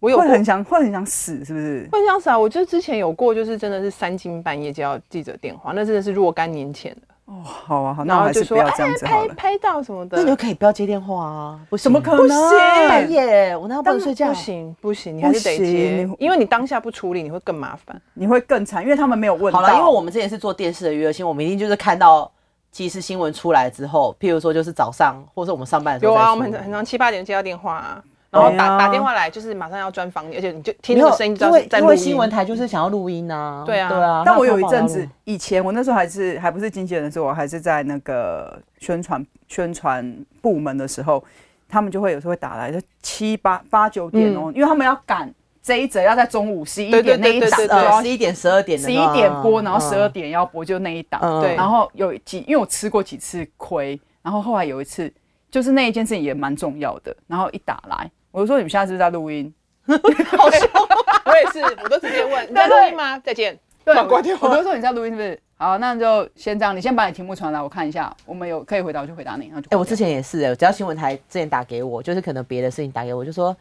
Speaker 5: 我有
Speaker 1: 会
Speaker 5: 过
Speaker 1: 很想会很想死，是不是？
Speaker 5: 会这样子啊！我就之前有过，就是真的是三更半夜接到记者电话，那真的是若干年前的，
Speaker 1: 好啊，好，那
Speaker 5: 然
Speaker 1: 我
Speaker 5: 后
Speaker 1: 还
Speaker 5: 就是
Speaker 1: 不
Speaker 5: 说哎
Speaker 1: 要这样子好
Speaker 5: 拍
Speaker 1: 了。
Speaker 5: 拍到什么的，
Speaker 3: 那你就可以不要接电话啊，不行
Speaker 1: 怎么可能？
Speaker 3: 半夜我那不能睡觉？
Speaker 5: 嗯不行不行，你还是得接
Speaker 1: 不行，
Speaker 5: 因为你当下不处理，你会更麻烦。
Speaker 1: 你会更惨，因为他们没有问到。
Speaker 3: 好了，因为我们之前是做电视的娱乐新闻，我们一定就是看到即时新闻出来之后，譬如说就是早上或者我们上班的时
Speaker 5: 有
Speaker 3: 候再
Speaker 5: 啊，
Speaker 3: 说
Speaker 5: 我们很很常七八点接到电话、啊，然后打、
Speaker 1: 对啊
Speaker 5: 打电话来，就是马上要专访你，而且你就听
Speaker 3: 没
Speaker 5: 那
Speaker 3: 有
Speaker 5: 个声音就
Speaker 3: 因
Speaker 5: 知道是
Speaker 3: 为
Speaker 5: 在
Speaker 3: 因
Speaker 5: 录
Speaker 3: 为
Speaker 5: 音。
Speaker 3: 新闻台就是想要录音啊，
Speaker 5: 对啊
Speaker 3: 对啊。
Speaker 1: 但我
Speaker 3: 那
Speaker 1: 有一
Speaker 3: 干嘛
Speaker 1: 阵
Speaker 3: 要
Speaker 1: 子
Speaker 3: 录，
Speaker 1: 以前我那时候还是还不是经纪人的时候，我还是在那个宣传宣传部门的时候，他们就会有时候会打来，就七八八九点哦，因为他们要赶这一则要在中午十一
Speaker 5: 对嗯对
Speaker 1: 点那一
Speaker 5: 对对
Speaker 1: 档，
Speaker 5: 对对
Speaker 1: 然后
Speaker 3: 呃十一点十二点的
Speaker 1: 十
Speaker 3: 那
Speaker 1: 一
Speaker 3: 种啊，
Speaker 1: 点播，然后十二
Speaker 3: 嗯
Speaker 1: 点要播，就那一档。
Speaker 3: 嗯
Speaker 5: 对
Speaker 1: 然后有几，因为我吃过几次亏，然后后来有一次，就是那一件事情也蛮重要的，然后一打来，我就说你们现在是不是在录音？
Speaker 5: 我也是，我都直接问你在录音吗？再见。
Speaker 1: 对，
Speaker 5: 挂电话
Speaker 1: 我就说你在录音是不是？好，那就先这样，你先把你题目传来，我看一下，我们有可以回答我就回答你，然后就
Speaker 3: 哎、。我之前也是哎、只要新闻台之前打给我，就是可能别的事情打给我，就说，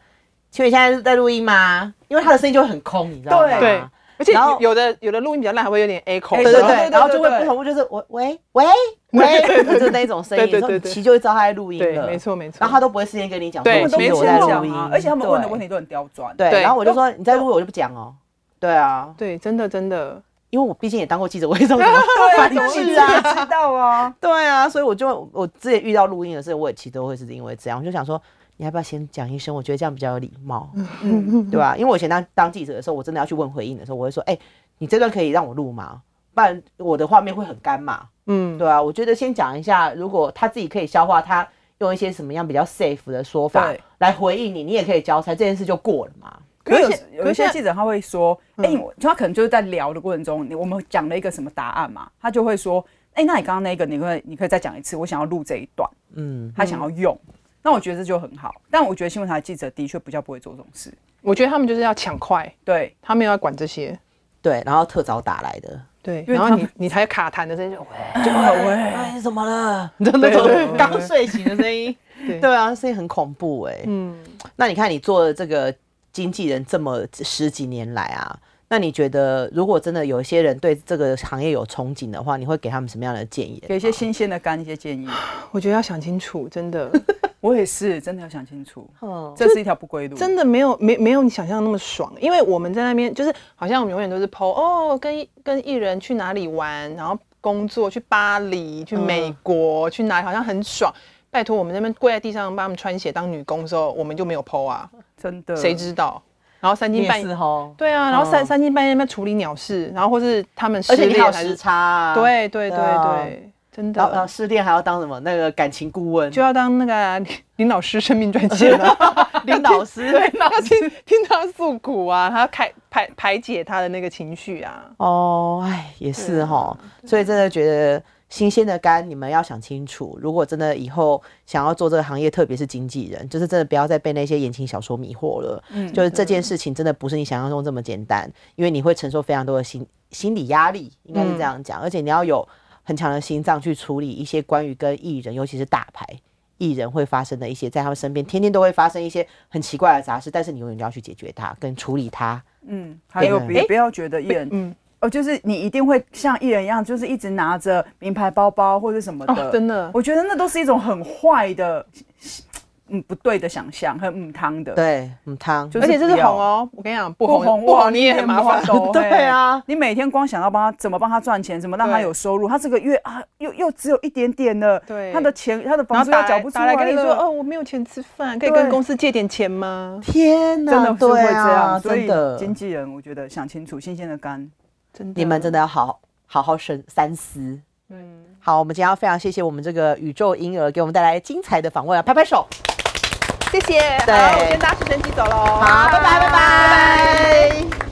Speaker 3: 请问现在是在录音吗？因为他的声音就会很空，你知道吗？
Speaker 1: 对
Speaker 5: 对，而且
Speaker 3: 然后
Speaker 5: 有有的有的录音比较烂，还会有点 echo。
Speaker 3: 对对
Speaker 1: 对
Speaker 3: 对，
Speaker 1: 对
Speaker 3: 然后就会
Speaker 1: 对
Speaker 3: 不同步，就是我喂喂喂，就是那种声音，
Speaker 5: 对对
Speaker 3: 说
Speaker 5: 对
Speaker 3: 你
Speaker 5: 对
Speaker 3: 其实就会知道他在录音
Speaker 5: 对
Speaker 3: 了，
Speaker 5: 没错没错
Speaker 3: 然后他都不会事先跟你讲，
Speaker 5: 对
Speaker 3: 说
Speaker 5: 没
Speaker 3: 其实
Speaker 5: 错
Speaker 3: 我在
Speaker 5: 讲
Speaker 3: 录音，
Speaker 1: 啊而且他们问的
Speaker 3: 对
Speaker 1: 问题都很刁钻。
Speaker 3: 对，
Speaker 5: 对
Speaker 3: 然后我就说你在录，我就不讲哦。对啊，
Speaker 5: 对，真的真的，
Speaker 3: 因为我毕竟也当过记者，我
Speaker 1: [laughs]
Speaker 3: 也知道怎么
Speaker 1: 啊
Speaker 3: [laughs] 反
Speaker 1: 你自己
Speaker 3: 制
Speaker 1: 也
Speaker 3: 啊。
Speaker 1: 知道啊。
Speaker 3: 对啊，所以我就我之前遇到录音的事，我也其实都会是因为这样，我就想说，你要不要先讲一声？我觉得这样比较有礼貌，嗯，对吧、因为我以前当当记者的时候，我真的要去问回应的时候，我会说，哎、你这段可以让我录吗？不然我的画面会很干嘛，
Speaker 5: 嗯，
Speaker 3: 对啊，我觉得先讲一下，如果他自己可以消化，他用一些什么样比较 safe 的说法
Speaker 1: 对
Speaker 3: 来回应你，你也可以交差，这件事就过了嘛。
Speaker 1: 可是
Speaker 5: 而且
Speaker 1: 有有一
Speaker 5: 可
Speaker 1: 些
Speaker 5: 是嗯
Speaker 1: 记者他会说，哎、我他可能就是在聊的过程中，你我们讲了一个什么答案嘛，他就会说，哎、那你刚刚那个，你会你可以再讲一次，我想要录这一段，
Speaker 3: 嗯，
Speaker 1: 他想要用，那我觉得这就很好。但我觉得新闻台记者的确比较不会做这种事，
Speaker 5: 我觉得他们就是要抢快，
Speaker 1: 对，
Speaker 5: 他们要管这些。
Speaker 3: 对，然后特早打来的，
Speaker 5: 对，
Speaker 1: 为
Speaker 5: 然后
Speaker 1: 他
Speaker 5: 你
Speaker 1: 们
Speaker 5: 你才卡痰的声音就，
Speaker 1: 就 [laughs] 呃喂，
Speaker 3: 哎，怎么
Speaker 5: [laughs]
Speaker 3: 了？就那种刚睡醒的声音。
Speaker 5: 对
Speaker 3: 对啊，声音很恐怖哎、
Speaker 5: 嗯，
Speaker 3: 那你看你做了这个经纪人这么十几年来啊，那你觉得，如果真的有一些人对这个行业有憧憬的话，你会给他们什么样的建议？啊
Speaker 1: 给一些新鲜的肝一些建议。
Speaker 5: 我觉得要想清楚，真的，
Speaker 1: 我也是，真的要想清楚，
Speaker 3: 嗯，
Speaker 1: 这是一条不归路。
Speaker 5: 真的没有没没有你想象那么爽，因为我们在那边就是好像我们永远都是 PO 哦，跟跟艺人去哪里玩，然后工作去巴黎、去美国、去哪里，好像很爽。拜托，我们那边跪在地上帮他们穿鞋当女工的时候，我们就没有 PO 啊，
Speaker 1: 真的，
Speaker 5: 谁知道？然后三
Speaker 3: 你
Speaker 5: 更半
Speaker 3: 也
Speaker 5: 夜
Speaker 3: 是，吼，
Speaker 5: 对啊，然后三、
Speaker 3: 嗯
Speaker 5: 三更半夜在那边处理鸟事，然后或是他们失
Speaker 8: 而且你
Speaker 5: 恋
Speaker 8: 还有
Speaker 5: 还
Speaker 8: 时
Speaker 5: 是
Speaker 8: 差啊，，
Speaker 5: 对对
Speaker 8: 对
Speaker 5: 对
Speaker 8: 啊
Speaker 5: 对，真
Speaker 8: 然后然后
Speaker 5: 的
Speaker 8: 失恋还要当什么那个感情顾问，
Speaker 5: 呃就要当那个啊林林老师生命专线了。
Speaker 8: 林老师，
Speaker 5: [laughs] 对，然后听听他诉苦啊，他开排排解他的那个情绪啊。
Speaker 3: 哦，哎，也是哈，所以真的觉得新鲜的肝，你们要想清楚。如果真的以后想要做这个行业，特别是经纪人，就是真的不要再被那些言情小说迷惑了。嗯，就是这件事情真的不是你想象中这么简单，因为你会承受非常多的心心理压力，应该是这样讲，而且你要有很强的心脏去处理一些关于跟艺人，尤其是大牌。艺人会发生的一些，在他们身边天天都会发生一些很奇怪的杂事，但是你永远都要去解决它跟处理它。
Speaker 1: 嗯，还有
Speaker 3: 对
Speaker 1: 别不要觉得艺人，
Speaker 5: 嗯
Speaker 1: 哦，就是你一定会像艺人一样，就是一直拿着名牌包包或者什么的，
Speaker 5: 哦真的
Speaker 1: 我觉得那都是一种很坏的，嗯，不对的想象，很母汤的。，
Speaker 3: 对，嗯，汤
Speaker 1: 就
Speaker 5: 而且这是
Speaker 1: 不要
Speaker 5: 红哦，我跟你讲，不
Speaker 1: 不
Speaker 5: 红
Speaker 1: 红
Speaker 5: 不
Speaker 1: 哇
Speaker 5: 红你也很麻烦。 [laughs]
Speaker 1: 懂
Speaker 3: 对啊，
Speaker 1: 你每天光想要帮他怎么帮他赚钱，怎么让他
Speaker 5: 对
Speaker 1: 有收入，他这个月啊又又只有一点点了，
Speaker 5: 对
Speaker 1: 他的钱他的
Speaker 5: 然
Speaker 1: 房
Speaker 5: 后
Speaker 1: 租又
Speaker 5: 打
Speaker 1: 缴
Speaker 5: 来
Speaker 1: 不出
Speaker 5: 打来跟你说，
Speaker 1: 了
Speaker 5: 哦，我没有钱吃饭，可以
Speaker 1: 对
Speaker 5: 跟公司借点钱吗？
Speaker 3: 天呐，
Speaker 1: 真的是会
Speaker 3: 对
Speaker 1: 这
Speaker 3: 啊，
Speaker 1: 样，所
Speaker 3: 真
Speaker 1: 以
Speaker 3: 的，
Speaker 1: 经纪人我觉得想清楚，新鲜的肝，
Speaker 5: 真的，
Speaker 3: 你们真的要好好好深三思。
Speaker 5: 嗯，
Speaker 3: 好，我们今天要非常谢谢我们这个宇宙婴儿给我们带来精彩的访问啊，拍拍手。
Speaker 5: 谢谢。
Speaker 3: 对
Speaker 5: 好，我先搭直升机走喽。
Speaker 3: 好，拜拜，拜拜。